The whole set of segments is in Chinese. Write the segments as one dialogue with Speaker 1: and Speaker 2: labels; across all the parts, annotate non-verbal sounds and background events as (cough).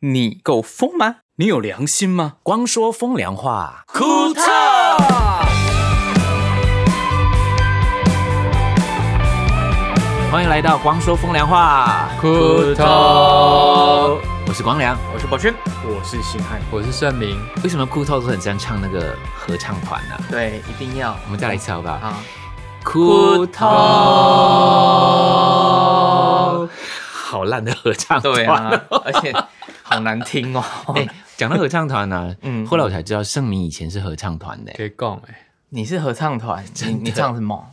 Speaker 1: 你够疯吗？你有良心吗？
Speaker 2: 光说风凉话，
Speaker 1: 库特。
Speaker 2: 欢迎来到光说风凉话，
Speaker 3: 库特，
Speaker 2: 我是光良。
Speaker 3: 我是宝轩，
Speaker 4: 我是星汉，
Speaker 3: 我是盛明。
Speaker 2: 为什么酷透都很喜欢唱那个合唱团呢、
Speaker 4: 对，一定要
Speaker 2: 我们再来一次好不好？
Speaker 4: 啊！
Speaker 2: 酷
Speaker 3: 透
Speaker 2: 好烂的合唱团。
Speaker 4: 对啊， (laughs) 而且好难听哦。
Speaker 2: 哎、讲到合唱团呢、啊
Speaker 4: 嗯
Speaker 2: 后来我才知道盛明以前是合唱团的、
Speaker 3: 可以讲哎，
Speaker 4: 你是合唱团，你你唱什么？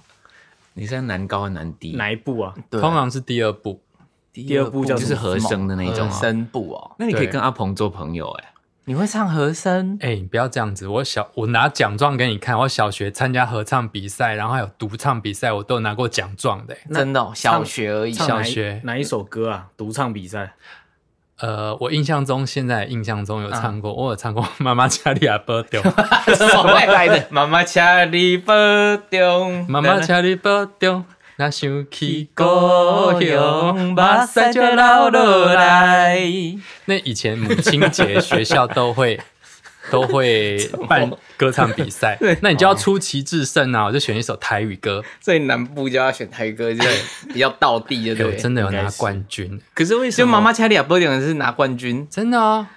Speaker 2: 你是男高还是男低？
Speaker 5: 哪一部啊？
Speaker 4: 对，
Speaker 3: 通常是第二部，
Speaker 4: 第
Speaker 5: 第二部叫
Speaker 2: 就
Speaker 5: 什
Speaker 2: 是
Speaker 5: 么
Speaker 2: 和声的那种、
Speaker 4: 和
Speaker 2: 哦。
Speaker 4: 声部哦。
Speaker 2: 那你可以
Speaker 3: 对
Speaker 2: 跟阿鹏做朋友哎、
Speaker 4: 你会唱和声？
Speaker 3: 哎、你不要这样子。我小我拿奖状给你看，我小学参加合唱比赛，然后还有独唱比赛，我都有拿过奖状的、哎
Speaker 4: 真的哦，小学而已。
Speaker 5: 唱
Speaker 3: 小
Speaker 5: 哪
Speaker 3: (laughs)
Speaker 5: 一
Speaker 3: 学
Speaker 5: 哪一首歌啊？独唱比赛，
Speaker 3: 呃，我印象中现在印象中有唱过，我有唱过 (laughs) 《妈妈家里阿波
Speaker 5: (laughs)
Speaker 3: 丢》，
Speaker 4: 什么来的？妈妈家里不丢，
Speaker 3: 妈妈家里波丢，那想起
Speaker 4: 高
Speaker 3: 故
Speaker 4: 雄，
Speaker 3: 乡，
Speaker 4: 马
Speaker 3: 马
Speaker 4: 赛
Speaker 3: 赛
Speaker 4: 就
Speaker 3: 就
Speaker 4: 流落
Speaker 3: 流落
Speaker 4: 来
Speaker 3: 来。。那以前母亲节学校都
Speaker 5: (laughs)
Speaker 3: 会都会办歌唱比赛，那你就要
Speaker 5: 哦
Speaker 3: 出奇制胜啊！我就选一首台语歌，
Speaker 4: 所以南部就要选台歌，就是比较道地，对
Speaker 3: (laughs) 哎我
Speaker 4: 不
Speaker 3: 真
Speaker 4: 对？
Speaker 3: 的有
Speaker 5: 应
Speaker 3: 拿
Speaker 5: 该是
Speaker 3: 冠军，
Speaker 2: 可是为什
Speaker 4: 就
Speaker 2: 么
Speaker 4: 妈妈家里也不丢是拿冠军，
Speaker 3: 真的啊！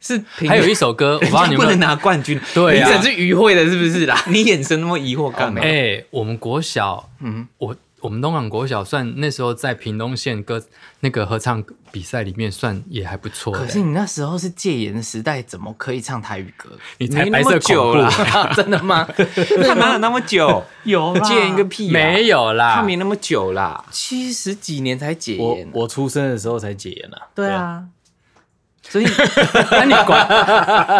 Speaker 4: 是
Speaker 3: 还有一
Speaker 4: 首，
Speaker 3: 首歌，我
Speaker 2: 人
Speaker 3: 不知道
Speaker 2: 家
Speaker 3: 你
Speaker 2: 不能
Speaker 3: 们
Speaker 2: 拿冠军？
Speaker 3: 对
Speaker 4: 你
Speaker 3: 啊
Speaker 4: 整，是愚会的，是不是啦？
Speaker 2: (laughs) 你眼神那么疑惑干嘛？
Speaker 3: 哎、我们国小，
Speaker 4: 嗯
Speaker 3: 嗯，我我们东港国小算那时候在屏东县歌那个合唱比赛里面算也还不错的、
Speaker 4: 可是你那时候是戒严时代，怎么可以唱台语歌？
Speaker 3: 你才
Speaker 2: 没
Speaker 3: 白
Speaker 2: 那么
Speaker 3: 色恐
Speaker 2: 久
Speaker 3: 怖
Speaker 2: 啦，
Speaker 3: (laughs)
Speaker 4: 真的吗？
Speaker 2: 干嘛那么久？
Speaker 4: 有啦，
Speaker 2: 戒一个屁、啊！
Speaker 3: 没有啦，
Speaker 2: 他没那么久啦。
Speaker 4: 七十几年才解
Speaker 5: 我
Speaker 4: 严、啊，
Speaker 5: 我出生的时候才解严啊。
Speaker 4: 对啊，所以
Speaker 3: 那你管？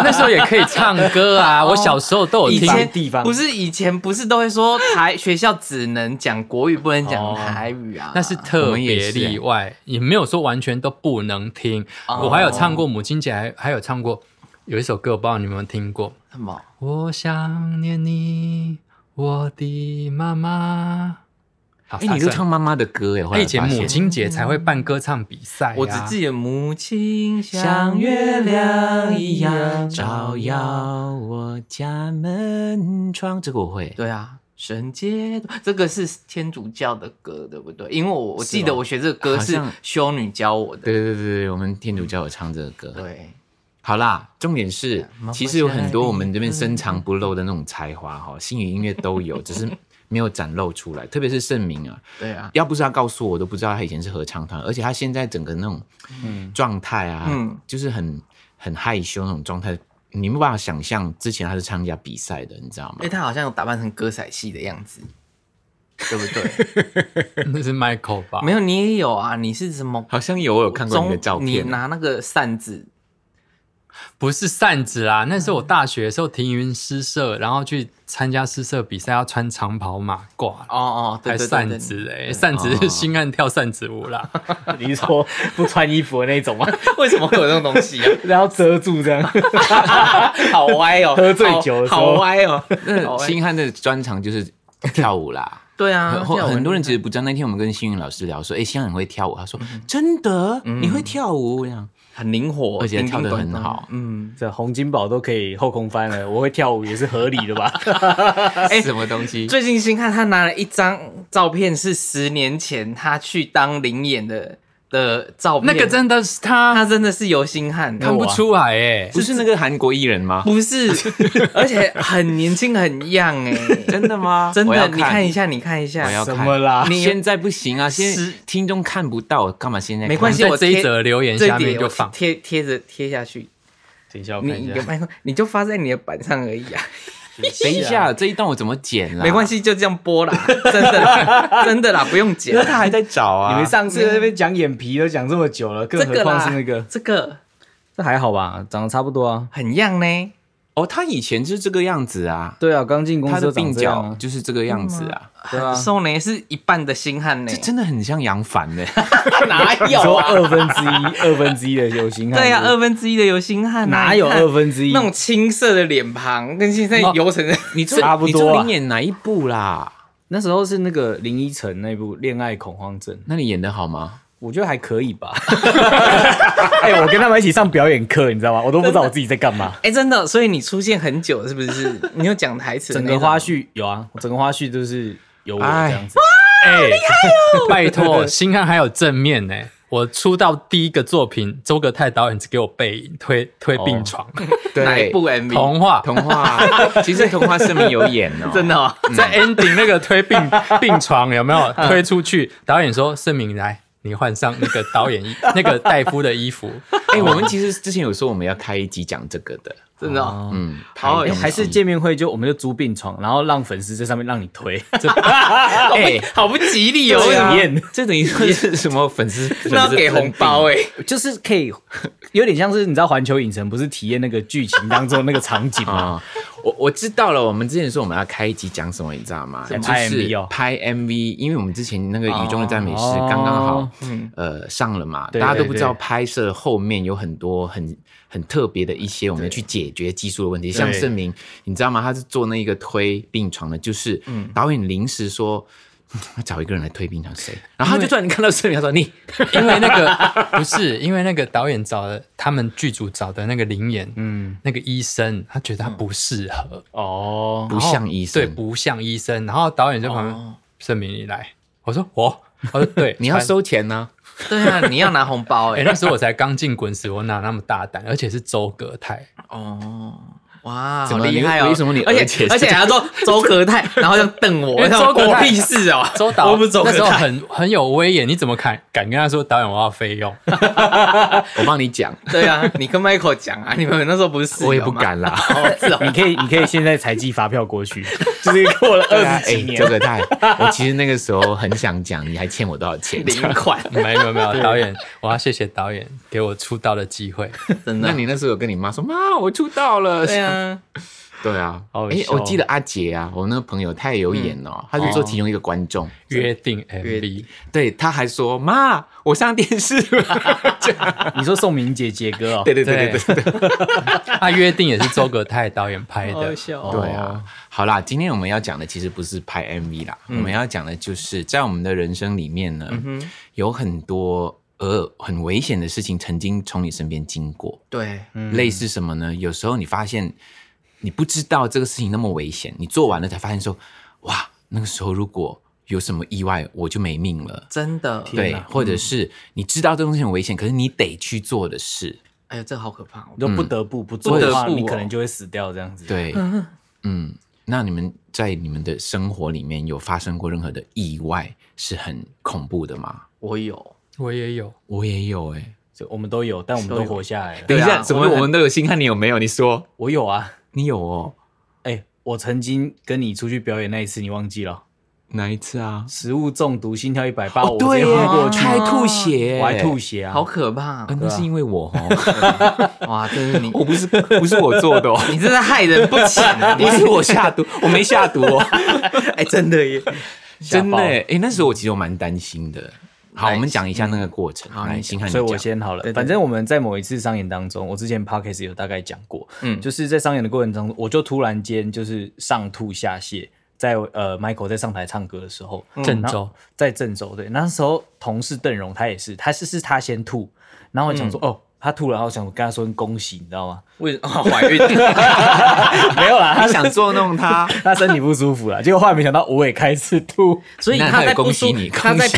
Speaker 3: 那时候也可以唱歌啊！我小时候都有
Speaker 4: 以
Speaker 3: 听。
Speaker 4: 前
Speaker 5: 地方
Speaker 4: 不是以前不是都会说台学校只能讲国语，不能讲台语啊？
Speaker 3: 哦那是特别例外，也没有说完全都不能听。我还有唱过母亲节，还还有唱过有一首歌，我不知道你们有没有听过。
Speaker 4: 什么？
Speaker 3: 我想念你，我的妈妈。好，
Speaker 2: 哎、你都
Speaker 3: 算了
Speaker 2: 唱妈妈的歌哎，后
Speaker 3: 哎
Speaker 2: 来
Speaker 3: 以前
Speaker 2: 发现
Speaker 3: 母亲节才会办歌唱比赛、啊
Speaker 4: 我只记得母亲像月亮一样照耀。
Speaker 2: 我家门窗，这个我会。
Speaker 4: 对啊，神阶段这个是天主教的歌，对不对？因为我我记
Speaker 5: 是
Speaker 4: 得
Speaker 5: 吗
Speaker 4: 我学这个歌
Speaker 2: 好
Speaker 4: 是
Speaker 2: 像
Speaker 4: 修女教我的。
Speaker 2: 对对对对，我们天主教有唱这个歌。
Speaker 4: 对，
Speaker 2: 好啦，重点是，其实有很多我们这边
Speaker 4: 嗯
Speaker 2: 深藏不露的那种才华哈，星语音乐都有，只是没有展露出来。特别是盛明啊，
Speaker 4: 对啊，
Speaker 2: 要不是他告诉我，我都不知道他以前是合唱团，而且他现在整个那种状态啊，
Speaker 4: 嗯
Speaker 2: 就是很很害羞那种状态，你没有办法想象之前他是参加比赛的，你知道吗
Speaker 4: 因为？哎他好像有打扮成歌仔戏的样子，对不对？
Speaker 3: 那是 Michael 吧？
Speaker 4: 没有，你也有啊，你是什么？
Speaker 2: 好像有我有看过你的照
Speaker 4: 你
Speaker 2: (laughs) 片，
Speaker 4: 拿那个扇子，
Speaker 3: 不是扇子啦，那是我大学的时候停云诗社，然后去参加诗社比赛，要穿长袍马褂。
Speaker 4: 哦哦，对
Speaker 3: 还
Speaker 4: 对对
Speaker 3: 扇
Speaker 4: 对
Speaker 3: 子哎、扇子是新汉跳扇子舞啦，
Speaker 5: 你是说不穿衣服的那种吗？
Speaker 4: 为什么会有这种东西啊？
Speaker 5: 然后遮住这样，
Speaker 4: (laughs) 好歪哦，
Speaker 5: 喝醉酒的时
Speaker 4: 好
Speaker 5: 候
Speaker 4: 好歪哦。
Speaker 2: 那星汉的专长
Speaker 4: (laughs)
Speaker 2: 就是跳舞啦。
Speaker 4: 对啊，
Speaker 2: 很很多人其
Speaker 4: 觉
Speaker 2: 实不知道，那天我们跟星云老师聊说，哎、星汉很会跳舞，他说
Speaker 4: 嗯
Speaker 2: 真的，你会跳舞这样。
Speaker 4: 很灵活，
Speaker 2: 而且
Speaker 4: 叮叮
Speaker 2: 跳得
Speaker 4: 咚
Speaker 2: 很
Speaker 4: 咚
Speaker 2: 好
Speaker 4: 嗯，
Speaker 5: 这洪金宝都可以后空翻了，我会跳舞也是合理的 (laughs) 吧？
Speaker 2: 哎、什么东西？
Speaker 4: 最近新看他拿了一张照片，是十年前他去当灵演的的照片。
Speaker 3: (laughs) 那个真的是
Speaker 4: 他
Speaker 3: 他
Speaker 4: 真的是游星汉，
Speaker 3: 看不出来哎、
Speaker 2: 不是那个韩国艺人吗？
Speaker 4: (laughs) 不是，而且很年轻很样哎、
Speaker 2: (laughs) 真的吗？
Speaker 4: 真
Speaker 2: 我要
Speaker 4: 的，你看一，下，你看一
Speaker 2: 我要
Speaker 4: 下，
Speaker 2: 看
Speaker 5: 什么啦？
Speaker 2: 你现在不行啊，现
Speaker 4: 是
Speaker 2: 在听众看不到，干嘛现在看？
Speaker 4: 没关系，
Speaker 3: 在
Speaker 4: 我
Speaker 3: 这一
Speaker 4: 贴
Speaker 3: 则留言
Speaker 4: 这一
Speaker 3: 下面
Speaker 4: 点
Speaker 3: 就
Speaker 4: 我
Speaker 3: 放
Speaker 4: 贴贴着贴下去，
Speaker 5: 等一下我
Speaker 4: 你
Speaker 5: 看一
Speaker 4: 你
Speaker 5: 下
Speaker 4: 有，麦克，你就发在你的板上而已啊，
Speaker 2: 等一下，这一段我怎么剪啦？
Speaker 4: 没关
Speaker 2: 系，
Speaker 4: 系，就这样播啦， (laughs) 真的 (laughs) 啦，真的啦，不用剪
Speaker 2: 因为，他还在找啊。
Speaker 5: 你们上次在那边讲眼皮都讲这么久了，
Speaker 4: 这
Speaker 5: 更何
Speaker 4: 个
Speaker 5: 况
Speaker 4: 啦
Speaker 5: 是那个，
Speaker 4: 这个
Speaker 5: 这还好吧？长得差不多啊。
Speaker 4: 很样呢，
Speaker 2: 哦，他以前就是这个样子啊，
Speaker 5: 对啊，刚进公
Speaker 2: 他
Speaker 5: 司
Speaker 2: 的
Speaker 5: 都
Speaker 2: 鬓
Speaker 5: 长这样
Speaker 2: 角
Speaker 5: 啊。
Speaker 2: 就是这个样子啊，
Speaker 5: 对啊
Speaker 4: 很瘦呢，是一半的星汉呢
Speaker 2: 这，真的很像杨凡
Speaker 5: (laughs)
Speaker 2: 呢。
Speaker 4: 哪
Speaker 5: 你说？二分之一，二分之一的有型汉，
Speaker 4: 对呀、二分之一的油星汉啊、
Speaker 5: 哪有
Speaker 4: 你看
Speaker 5: 二分之一？
Speaker 4: 那种青色的脸庞，跟现在油成 (laughs) 的
Speaker 2: 你这
Speaker 5: 差不
Speaker 2: 你
Speaker 5: 多啊
Speaker 2: 这你演哪一部啦？
Speaker 5: 那时候是那个林依晨那部《恋爱恐慌症
Speaker 2: 那你演的好吗？》，
Speaker 5: 我觉得还可以吧。 (laughs) 哎、我跟他们一起上表演课，你知道吗？我都不知道我自己在干嘛。
Speaker 4: 哎，真的，所以你出现很久是不 (laughs) 是？你有讲台词的
Speaker 5: 整
Speaker 4: 那种，
Speaker 5: 个花絮有啊，整个花絮都是有我这样子。
Speaker 3: 哎，拜托，星汉还有正面呢、我出道第一个作品，周格泰导演只给我背影推推病床，
Speaker 4: 哪一
Speaker 5: 哎
Speaker 4: 部 MV？
Speaker 3: (laughs) 童话
Speaker 2: 童话， (laughs) 其实童话声明有演
Speaker 5: (laughs)
Speaker 2: 哦，
Speaker 4: 真的哦，
Speaker 5: 嗯
Speaker 3: 在 ending 那个推病病床有没有推出去？导演说：“盛明来，你换上那个导演衣， (laughs) 那个戴夫的衣服。
Speaker 2: 哎、我们其实之前有说我们要开一集讲这个的，
Speaker 4: 真的哦。
Speaker 2: 嗯，
Speaker 4: 好
Speaker 2: 拍
Speaker 5: 哎
Speaker 2: 东西
Speaker 5: 还是见面会就我们就租病床，然后让粉丝在上面让你 (laughs) 推，这嗯
Speaker 2: 哎，
Speaker 4: 好不吉利
Speaker 5: 有
Speaker 4: 哦！
Speaker 5: 体验，
Speaker 2: 啊这等于说是什么粉
Speaker 5: (laughs)
Speaker 2: 丝，
Speaker 4: 那要给红包
Speaker 2: 哎，
Speaker 4: 哎、
Speaker 5: 就是可以有点像是你知道环球影城不是体验那个剧情当中那个场景吗？
Speaker 2: 啊、我我知道了。我们之前说我们要开一集讲什么，你知道吗？
Speaker 5: 什么
Speaker 2: 就
Speaker 5: 拍
Speaker 2: 是
Speaker 5: MV 哦
Speaker 2: 拍 MV，因为我们之前那个《雨中的赞美诗》
Speaker 5: 哦
Speaker 2: 刚刚好，
Speaker 4: 嗯
Speaker 2: 呃，上了嘛，
Speaker 5: 对
Speaker 2: 大家都
Speaker 5: 对
Speaker 2: 不知道
Speaker 5: 对
Speaker 2: 拍摄后面有很多很很特别的一些我们去解决技术的问题。像
Speaker 5: 对
Speaker 2: 盛明，你知道吗？他是做那一个推病床的，就是
Speaker 5: 嗯
Speaker 2: 导演临时说。 (laughs) 嗯要找一个人来推病床
Speaker 5: 嗯
Speaker 2: 谁？然后他就突然看到盛明，他说：“你
Speaker 3: 因为那个不是，因为那个导演找的他们剧组找的那个灵演，嗯，那个医生，他觉得他不适合，
Speaker 5: 哦，
Speaker 2: 不像医生，
Speaker 3: 对，不像医生。然后导演就旁边，盛明你来，我说我，我说对，
Speaker 2: 你要收钱呢、
Speaker 4: 对啊，你要拿红包
Speaker 3: 哎、
Speaker 4: 哎、
Speaker 3: 那时候我才刚进滚石，我哪那么大胆？而且是周格泰，
Speaker 4: 哦，哇，
Speaker 2: 怎
Speaker 4: 好
Speaker 2: 么
Speaker 4: 厉害
Speaker 2: 你
Speaker 4: 哦！
Speaker 2: 为什么你
Speaker 4: 而
Speaker 2: 而且
Speaker 4: 且
Speaker 2: 是
Speaker 4: 而且还说周格 (laughs) 泰，然后这样瞪我，
Speaker 3: 因为
Speaker 4: 然后
Speaker 3: 周格
Speaker 4: 我
Speaker 3: 泰
Speaker 4: 屁事哦，
Speaker 3: 周导
Speaker 4: 我不是周格
Speaker 3: 那时候
Speaker 4: 泰，
Speaker 3: 很很有威严，你怎么敢敢跟他说导演我要费用？ (laughs)
Speaker 2: 我帮你
Speaker 5: (laughs)
Speaker 2: 讲，
Speaker 4: 对啊，你跟 Michael 讲啊，你们那时候不是室友
Speaker 2: 我也不
Speaker 4: 吗，
Speaker 2: 敢啦。
Speaker 4: 哦， (laughs) 是哦，
Speaker 5: 你可以你可以现在才寄发票过去，就是过 (laughs) 了
Speaker 2: (laughs) 对啊
Speaker 5: 二十几
Speaker 2: 哎
Speaker 5: 年
Speaker 2: 这。个太， (laughs) 我其实那个时候很想讲， (laughs) 你还欠我多少钱？
Speaker 4: 零款，
Speaker 3: 没有没有没有，导演，我要谢谢导演给我出道的机会。
Speaker 4: 真
Speaker 2: 那
Speaker 4: 的，
Speaker 2: 你那时候有跟你妈说，妈，我出道了。
Speaker 4: 对啊，
Speaker 2: 对啊，
Speaker 5: 好
Speaker 2: 哎
Speaker 5: 笑
Speaker 2: 我记得阿杰啊，我那个朋友他也有演哦，他是做其中一个观众，
Speaker 3: 约定
Speaker 4: 约
Speaker 3: (laughs) MV，
Speaker 2: 对，他还说妈，我上电 (laughs) 视啊了。这样
Speaker 5: 你说宋明杰杰哥哦，
Speaker 2: 对对对对对对，
Speaker 3: 他啊约定也是周格泰导演拍的。
Speaker 4: 笑哦，
Speaker 2: 对啊。好啦，今天我们要讲的其实不是拍 MV 啦，我们要讲的就是在我们的人生里面
Speaker 4: 嗯
Speaker 2: 呢，有很多呃很危险的事情曾经从你身边经过，
Speaker 4: 对，
Speaker 2: 类似什么呢？有时候你发现你不知道这个事情那么危险，你做完了才发现说，哇，那个时候如果有什么意外，我就没命了。
Speaker 4: 真的，
Speaker 2: 对，或者是你知道这东西很危险，可是你得去做的事，
Speaker 4: 哎呦，这好可怕哦
Speaker 5: 你，就不得不不
Speaker 4: 不
Speaker 5: 做
Speaker 4: 得
Speaker 5: 的话，
Speaker 4: 不
Speaker 5: 你
Speaker 4: 哦
Speaker 5: 可能就会死掉这样子。，
Speaker 2: 对，嗯，那你们在你们的生活里面有发生过任何的意外是很恐怖的吗？
Speaker 4: 我有，
Speaker 3: 我也有，
Speaker 2: 我也有哎、
Speaker 5: 所以我们都有，但我们都活下来了。
Speaker 2: 等一
Speaker 4: 对
Speaker 2: 下，
Speaker 4: 啊
Speaker 2: 怎么我们都有心看你有没有？你说
Speaker 5: 我有啊，
Speaker 2: 你有哦，
Speaker 5: 哎，我曾经跟你出去表演那一次，你忘记了？
Speaker 2: 哪一次啊？
Speaker 5: 食物中毒，心跳一百八，我直
Speaker 2: 哦对
Speaker 5: 接昏过
Speaker 2: 耶，
Speaker 5: 去，
Speaker 2: 开吐血，
Speaker 5: 我还吐血啊
Speaker 4: 好！可怕
Speaker 2: 啊，，那是因为我哦，
Speaker 4: 哇，真是你，
Speaker 2: (laughs) 我不是不是我做的哦，
Speaker 4: 你真是害人不浅 (laughs) 啊，你
Speaker 2: 不是我下毒，我没下毒哦，
Speaker 4: (laughs) 哎，真的耶，
Speaker 2: (laughs)
Speaker 5: 吓
Speaker 2: 真的
Speaker 5: 爆
Speaker 2: 哎、诶那时候我其实我蛮担心的。好，
Speaker 4: 来
Speaker 2: 我们讲一下那个过程。
Speaker 4: 好
Speaker 2: 来，
Speaker 4: 你
Speaker 2: 星汉你
Speaker 5: 所以
Speaker 2: 讲，
Speaker 5: 我先好了
Speaker 4: 对，对
Speaker 5: 反正我们在某一次商演当中，我之前 podcast 有大概讲过，
Speaker 4: 嗯
Speaker 5: 就是在商演的过程当中，我就突然间就是上吐下泻，在呃 Michael 在上台唱歌的时候，
Speaker 4: 嗯
Speaker 3: 郑
Speaker 5: 然
Speaker 3: 州
Speaker 5: 后在郑州，对，那时候同事邓荣他也是，他是是他先吐，然后我
Speaker 4: 嗯
Speaker 5: 想说、哦，他吐了，然后我想跟他说恭喜，你
Speaker 4: (laughs)
Speaker 5: 知道吗？
Speaker 4: 为什么哦怀孕？
Speaker 5: 没有啦，他
Speaker 2: 你想捉弄他，
Speaker 5: 他身体不舒服了，结果后来没想到我也开始吐，
Speaker 4: 所以
Speaker 2: 那
Speaker 4: 他
Speaker 2: 他有
Speaker 4: 在
Speaker 2: 恭
Speaker 4: 不
Speaker 2: 喜
Speaker 4: 舒
Speaker 2: 你
Speaker 4: 他
Speaker 2: 恭
Speaker 4: 在
Speaker 2: 喜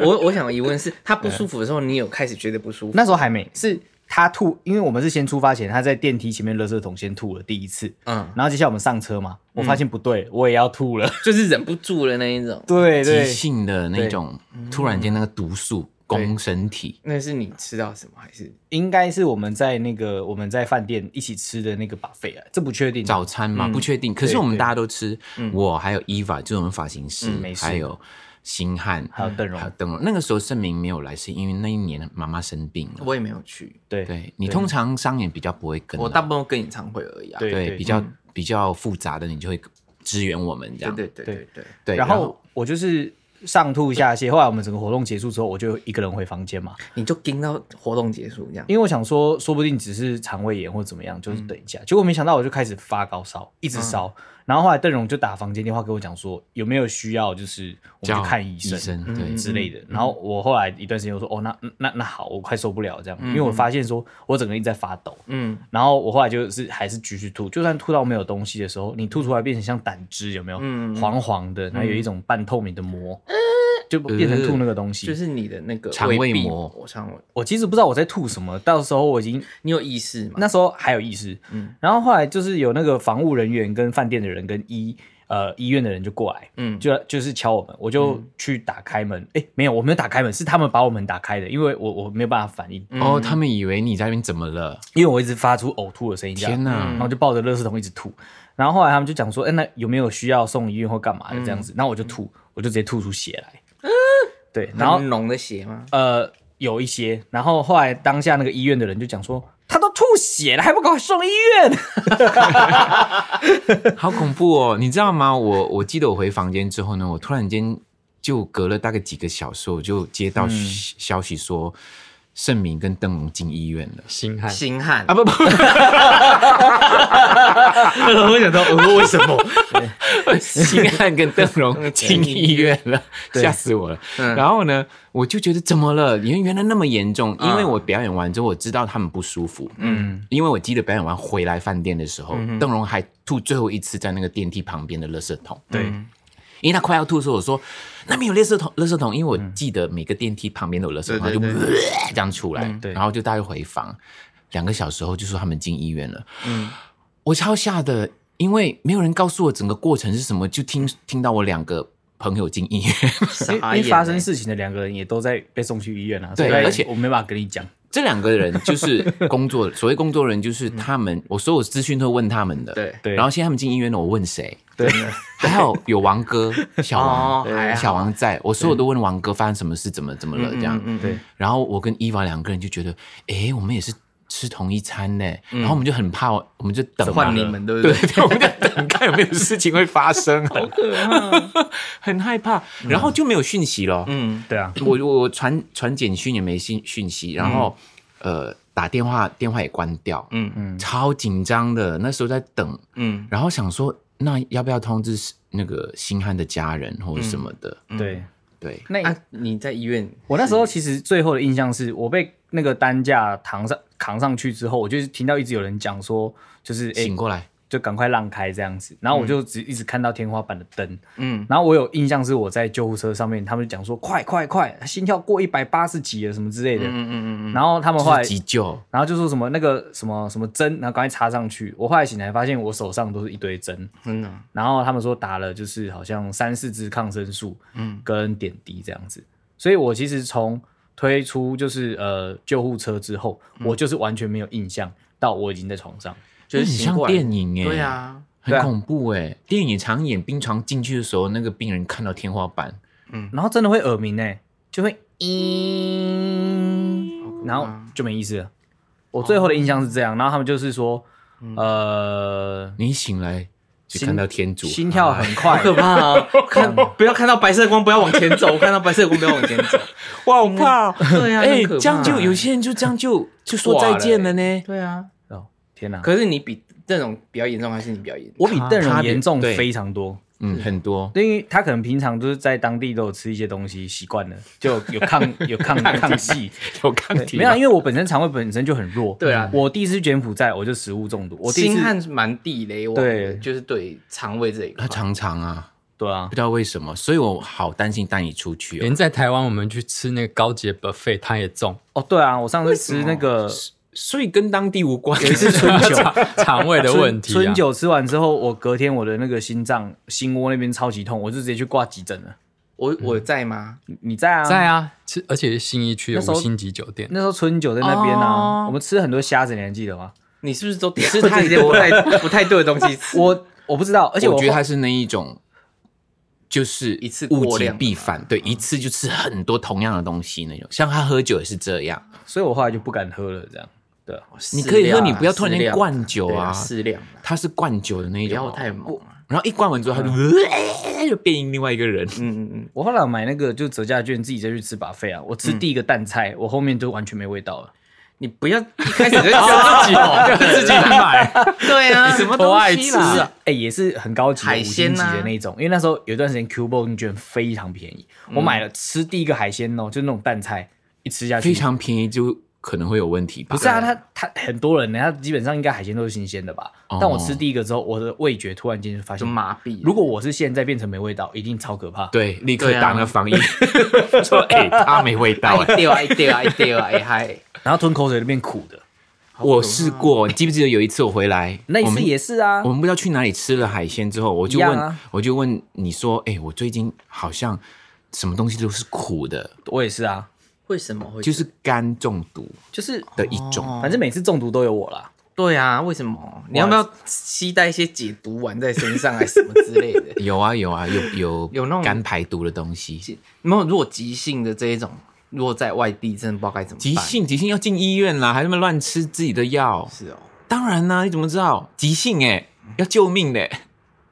Speaker 4: 我我想疑问是，他不舒服的时候，你有开始觉得不舒服？
Speaker 5: 那时候还没是。他吐，因为我们是先出发前，他在电梯前面垃圾桶先吐了第一次，
Speaker 4: 嗯，
Speaker 5: 然后接下来我们上车嘛，我发现不对，我也要吐了。
Speaker 4: (laughs) 就是忍不住了那一种，
Speaker 5: 对
Speaker 2: 急
Speaker 5: 对，嗯
Speaker 2: 性的那种，突然间那个毒素攻身体，
Speaker 4: 那是你吃到什么还是？
Speaker 5: 应该是我们在那个我们在饭店一起吃的那个 buffet 啊，这不确定。
Speaker 2: 早餐嘛不确定，可是我们
Speaker 5: 嗯对嗯
Speaker 2: 大家都吃。我还有 Eva，就是我们发型师
Speaker 5: 嗯没，事
Speaker 2: 还有星汉，
Speaker 5: 还有邓荣
Speaker 2: 还有邓荣。那个时候盛明没有来，是因为那一年妈妈生病了。
Speaker 4: 我也没有去，
Speaker 5: 对
Speaker 2: 对你通常商演比较不会跟啊，
Speaker 4: 我大部分跟演唱会而已啊。
Speaker 5: 对
Speaker 2: 对比较比较复杂的，你就会支援我们这
Speaker 4: 对
Speaker 2: 样。
Speaker 4: 对对对对，
Speaker 2: 对，
Speaker 5: 然后我就是上吐下泻。后来我们整个活动结束之后，我就一个人回房间嘛，
Speaker 4: 你就盯到活动结束这样。
Speaker 5: 因为我想
Speaker 2: 嗯
Speaker 5: 说，说不定只是肠胃炎或怎么样，就是等一下。结果没想到我就开始发高烧，一直烧。然后后来邓荣就打房间电话给我讲说有没有需要，就是我们去看医生嗯
Speaker 2: 医生对嗯
Speaker 5: 之类的。然后我后来一段时间我说哦，那那那好，我快受不了这样，
Speaker 2: 嗯
Speaker 5: 因为我发现说我整个人一直在发抖，
Speaker 4: 嗯，
Speaker 5: 然后我后来就是还是继续吐，就算吐到没有东西的时候，你吐出来变成像胆汁，有没有？
Speaker 2: 嗯
Speaker 5: 黄黄的，然后有一种半透明的膜，
Speaker 2: 呃
Speaker 5: 就变成吐那个东西。
Speaker 4: 就是你的那个
Speaker 2: 肠胃
Speaker 4: 壁
Speaker 2: 膜
Speaker 4: 我肠胃，
Speaker 5: 我其实不知道我在吐什么，到时候我已经
Speaker 4: 你有意识吗？
Speaker 5: 那时候还有意识，
Speaker 4: 嗯
Speaker 5: 然后后来就是有那个防务人员跟饭店的人跟医呃医院的人就过来，
Speaker 4: 嗯，
Speaker 5: 就就是敲我们，我就去打开门，哎、没有，我没有打开门，是他们把我们打开的，因为我我没有办法反应，
Speaker 2: 哦，他们以为你在那边怎么了？
Speaker 5: 因为我一直发出呕吐的声音，这样
Speaker 2: 天哪！
Speaker 5: 然后就抱着垃圾桶一直吐。然后后来他们就讲说，哎、那有没有需要送医院或干嘛
Speaker 4: 嗯
Speaker 5: 的这样子？然后我就吐，我就直接吐出血来。对，然后
Speaker 4: 啊很浓的血吗？
Speaker 5: 呃有一些，然后后来当下那个医院的人就讲说，他都吐血了，还不赶快送医院？
Speaker 2: 好恐怖哦！你知道吗？我我记得我回房间之后呢，我突然间就隔了大概几个小时，我就接到消消息说，盛明跟邓荣进医院了。
Speaker 3: 心寒。
Speaker 4: 心汗
Speaker 2: 啊不 (laughs) 不，
Speaker 3: 我想到，呃，为什么？
Speaker 2: 新汉跟邓 (laughs) 荣进医院了，吓死我了。
Speaker 4: 嗯
Speaker 2: 然后呢，我就觉得怎么了？原原来那么严重，因为我表演完之后，我知道他们不舒服。嗯，因为我记得表演完回来饭店的时候，邓荣还吐最后一次在那个电梯旁边的垃圾桶。
Speaker 4: 嗯
Speaker 5: 对，
Speaker 2: 因为他快要吐的时候，我说那边有垃圾桶，垃圾桶，因为我记得每个电梯旁边都有垃圾桶，然
Speaker 4: 嗯对对嗯
Speaker 2: 后就这样出来，
Speaker 5: 对
Speaker 2: 然后就大概回房，两个小时后就说他们进医院了，
Speaker 4: 嗯
Speaker 2: 我超吓的，因为没有人告诉我整个过程是什么，就听听到我两个朋友进医院， (laughs)
Speaker 4: 傻
Speaker 5: 因为因为
Speaker 4: 眼
Speaker 5: 发生
Speaker 4: 欸
Speaker 5: 事情的两个人也都在被送去医院啊。
Speaker 2: 对
Speaker 5: 所以
Speaker 2: 而且
Speaker 5: 我没办法跟你讲。
Speaker 2: 这两个人就是工
Speaker 4: (laughs)
Speaker 2: 作，所谓工作人就是他们，我所有资讯都问他们的，
Speaker 4: 嗯对
Speaker 5: 对
Speaker 2: 然后现在他们进医院了，我问谁？对，还好有王哥、小王、
Speaker 4: (laughs) 哦还好
Speaker 2: 小王在，我所有都问王哥发生什么事，怎么怎么了这样。
Speaker 4: 嗯嗯
Speaker 5: 对，
Speaker 2: 然后我跟伊娃两个人就觉得，诶，我们也是吃同一餐呢，然后我们就很怕，我们就等啊
Speaker 4: 嗯换你们对不
Speaker 2: 对 (laughs)
Speaker 4: 对？
Speaker 2: 对，我们在等看有没有事情 (laughs) 会发生，好可怕，很害怕，然后就没有讯息了。
Speaker 4: 嗯，
Speaker 5: (laughs) 对啊，
Speaker 2: 我我我传传简讯也没信讯息，然后、呃打电话电话也关掉，
Speaker 4: 嗯
Speaker 2: 嗯，超紧张的，那时候在等，
Speaker 4: 嗯，
Speaker 2: 然后想说那要不要通知那个星汉的家人或
Speaker 4: 嗯
Speaker 2: 者什么的，
Speaker 5: 对。
Speaker 2: 对，
Speaker 5: 那
Speaker 4: 啊，你在医院，
Speaker 5: 我那时候其实最后的印象是我被那个担架扛上扛上去之后，我就是听到一直有人讲说，就是哎、
Speaker 2: 醒过来，
Speaker 5: 就赶快让开这样子。然后我就只一直看到天花板的灯，
Speaker 4: 嗯
Speaker 5: 然后我有印象是我在救护车上面，他们就讲说快快快，心跳过一百八十几了什么之类的。
Speaker 4: 嗯嗯嗯
Speaker 5: 然后他们后来
Speaker 2: 就是，急救，
Speaker 5: 然后就说什么那个什么什么针，然后赶快插上去。我后来醒来发现我手上都是一堆针，
Speaker 4: 嗯，真的，
Speaker 5: 然后他们说打了就是好像三四支抗生素，嗯，跟点滴这样子。所以我其实从推出就是呃救护车之后，我就是完全没有印象到我已经在床上。
Speaker 4: 就是
Speaker 2: 很
Speaker 4: 醒
Speaker 2: 像
Speaker 4: 过来
Speaker 2: 电影哎、
Speaker 4: 对。啊，
Speaker 2: 很恐怖哎、电影常演病床进去的时候，那个病人看到天花板，
Speaker 4: 嗯
Speaker 5: 然后真的会耳鸣呢、欸就会
Speaker 4: 嗯
Speaker 5: 咦，然后就没意思了。我最后的印象是这样，然后他们就是说，呃，
Speaker 2: 你一醒来就
Speaker 5: 心
Speaker 2: 看到天主，
Speaker 5: 心跳很快，
Speaker 4: 可怕 (laughs) 啊！看不要看到白色光，不要往前走，看到白色光不要往前走。
Speaker 2: 我好怕、
Speaker 4: (laughs) 对啊，
Speaker 2: 哎、
Speaker 4: 很可怕
Speaker 2: 这样就有些人就这样就就说再见了呢。
Speaker 4: 对啊，
Speaker 5: 哦，天哪！
Speaker 4: 可是你比这种比较严重还是你比较严重？
Speaker 5: 我比邓
Speaker 2: 差
Speaker 5: 荣
Speaker 2: 别
Speaker 5: 严重
Speaker 2: 对
Speaker 5: 非常多，
Speaker 2: 嗯，很多。
Speaker 5: 因为他可能平常就是在当地都有吃一些东西，习惯了就有抗有抗抗系，
Speaker 2: 有抗
Speaker 5: 没有啊，因为我本身肠胃本身就很弱。嗯
Speaker 4: 对啊
Speaker 5: 我第一次去柬埔寨我就食物中毒，我第一
Speaker 4: 心
Speaker 5: 次
Speaker 4: 汉是蛮地雷王的，
Speaker 5: 对
Speaker 4: 就是对肠胃这一块
Speaker 2: 他。常常啊，
Speaker 5: 对啊
Speaker 2: 不，知道为什么，所以我好担心带你出去、哦。
Speaker 3: 连在台湾，我们去吃那个高级的 buffet，他也中，
Speaker 5: 哦对啊，我上次吃那个
Speaker 2: 所以跟当地无 (laughs) 关。
Speaker 5: 有一次春酒，
Speaker 3: (laughs) 肠胃的问题、啊
Speaker 5: 春。春酒吃完之后，我隔天我的那个心脏心窝那边超级痛，我就直接去挂急诊了。
Speaker 4: 我我在吗？
Speaker 5: 你你在啊？
Speaker 3: 在。啊，吃而且新一区有
Speaker 5: 那时候
Speaker 3: 五星级酒店，
Speaker 5: 那时候春酒在那边啊，
Speaker 4: 哦
Speaker 5: 我们吃很多虾子，你还记得吗？
Speaker 4: 你是不是都 (laughs) 吃太多不太不太对啊的 (laughs) 东西吃？
Speaker 5: 我我不知道，而且我
Speaker 2: 我觉得他是那一种，就是
Speaker 4: 一次过
Speaker 2: 物极
Speaker 4: 量的
Speaker 2: 必
Speaker 4: 嘛
Speaker 2: 反，对，一次就吃很多同样的东西那种。像他喝酒也是这样，
Speaker 5: 所以我后来就不敢喝了，这样。对啊，
Speaker 2: 你可以
Speaker 4: 适量
Speaker 2: 喝，
Speaker 4: 啊
Speaker 2: 你不要突然间
Speaker 4: 适量啊
Speaker 2: 灌酒
Speaker 4: 对
Speaker 2: 啊
Speaker 4: 啊，。适量啊，
Speaker 2: 他是灌酒的那一
Speaker 4: 不
Speaker 2: 种
Speaker 4: 要
Speaker 2: 哦，
Speaker 4: 太猛啊。
Speaker 2: 然后一灌完之后，他就、
Speaker 5: 嗯
Speaker 2: 就变另外一个人。
Speaker 4: 嗯嗯
Speaker 5: 我后来买那个就折价券，自己再去吃把费啊。我吃第一个蛋菜，我后面就完全没味道了。
Speaker 4: 嗯，你不要一开始就教自己
Speaker 3: 自己买，
Speaker 4: (laughs) 对啊，什么
Speaker 3: 多爱
Speaker 4: 西
Speaker 3: 吃
Speaker 4: 啦
Speaker 5: 是啊，哎、也是很高级的
Speaker 4: 海
Speaker 5: 五星
Speaker 4: 鲜
Speaker 5: 级
Speaker 4: 啊
Speaker 5: 的那种，因为那时候有一段时间 Q b o 券非常便宜，
Speaker 4: 嗯
Speaker 5: 我买了吃第一个海鲜哦，就那种淡菜，一吃下去
Speaker 2: 非常便宜就可能会有问题吧？
Speaker 5: 不是啊，他他很多人呢，他基本上应该海鲜都是新鲜的吧？
Speaker 2: 哦
Speaker 5: 但我吃第一个之后，我的味觉突然间就发
Speaker 4: 就
Speaker 5: 现，
Speaker 4: 麻痹。
Speaker 5: 如果我是现在变成没味道，一定超可怕。，
Speaker 2: 对，立刻
Speaker 4: 对啊
Speaker 2: 打那个防疫，
Speaker 5: 啊
Speaker 2: (laughs)
Speaker 5: (laughs)
Speaker 2: 说哎，他没味道
Speaker 4: 啊，
Speaker 2: 哎
Speaker 4: 一丢啊，一丢啊，一丢啊，哎嗨，
Speaker 5: 然后吞口水就变苦的，
Speaker 2: 我试过，你记不记得有一次我回来，
Speaker 5: 那一
Speaker 2: 我
Speaker 5: 次
Speaker 2: 们
Speaker 5: 也是啊
Speaker 2: 我。们不知道去哪里吃了海鲜之后，我就
Speaker 5: 一样
Speaker 2: 问，
Speaker 5: 啊
Speaker 2: 我就问你说，哎、我最近好像什么东西都是苦的，
Speaker 5: 我也是啊，
Speaker 4: 为什么会？
Speaker 2: 就是肝中毒
Speaker 5: 就是
Speaker 2: 的一种。
Speaker 4: 哦
Speaker 5: 反正每次中毒都有我啦。
Speaker 4: 对啊，为什么？你要不要期待一些解毒丸在身上，还是什么之类 (laughs) 的？
Speaker 2: 有啊有啊有有
Speaker 4: 有那种
Speaker 2: 肝排毒的东西，
Speaker 4: 没有，如果急性的这一种，如果在外地，真的不知道该怎么办。
Speaker 2: 急性急性要进医院啦，还那么乱吃自己的药。
Speaker 4: 是哦，
Speaker 2: 当然啦、你怎么知道急性、哎，要救命的、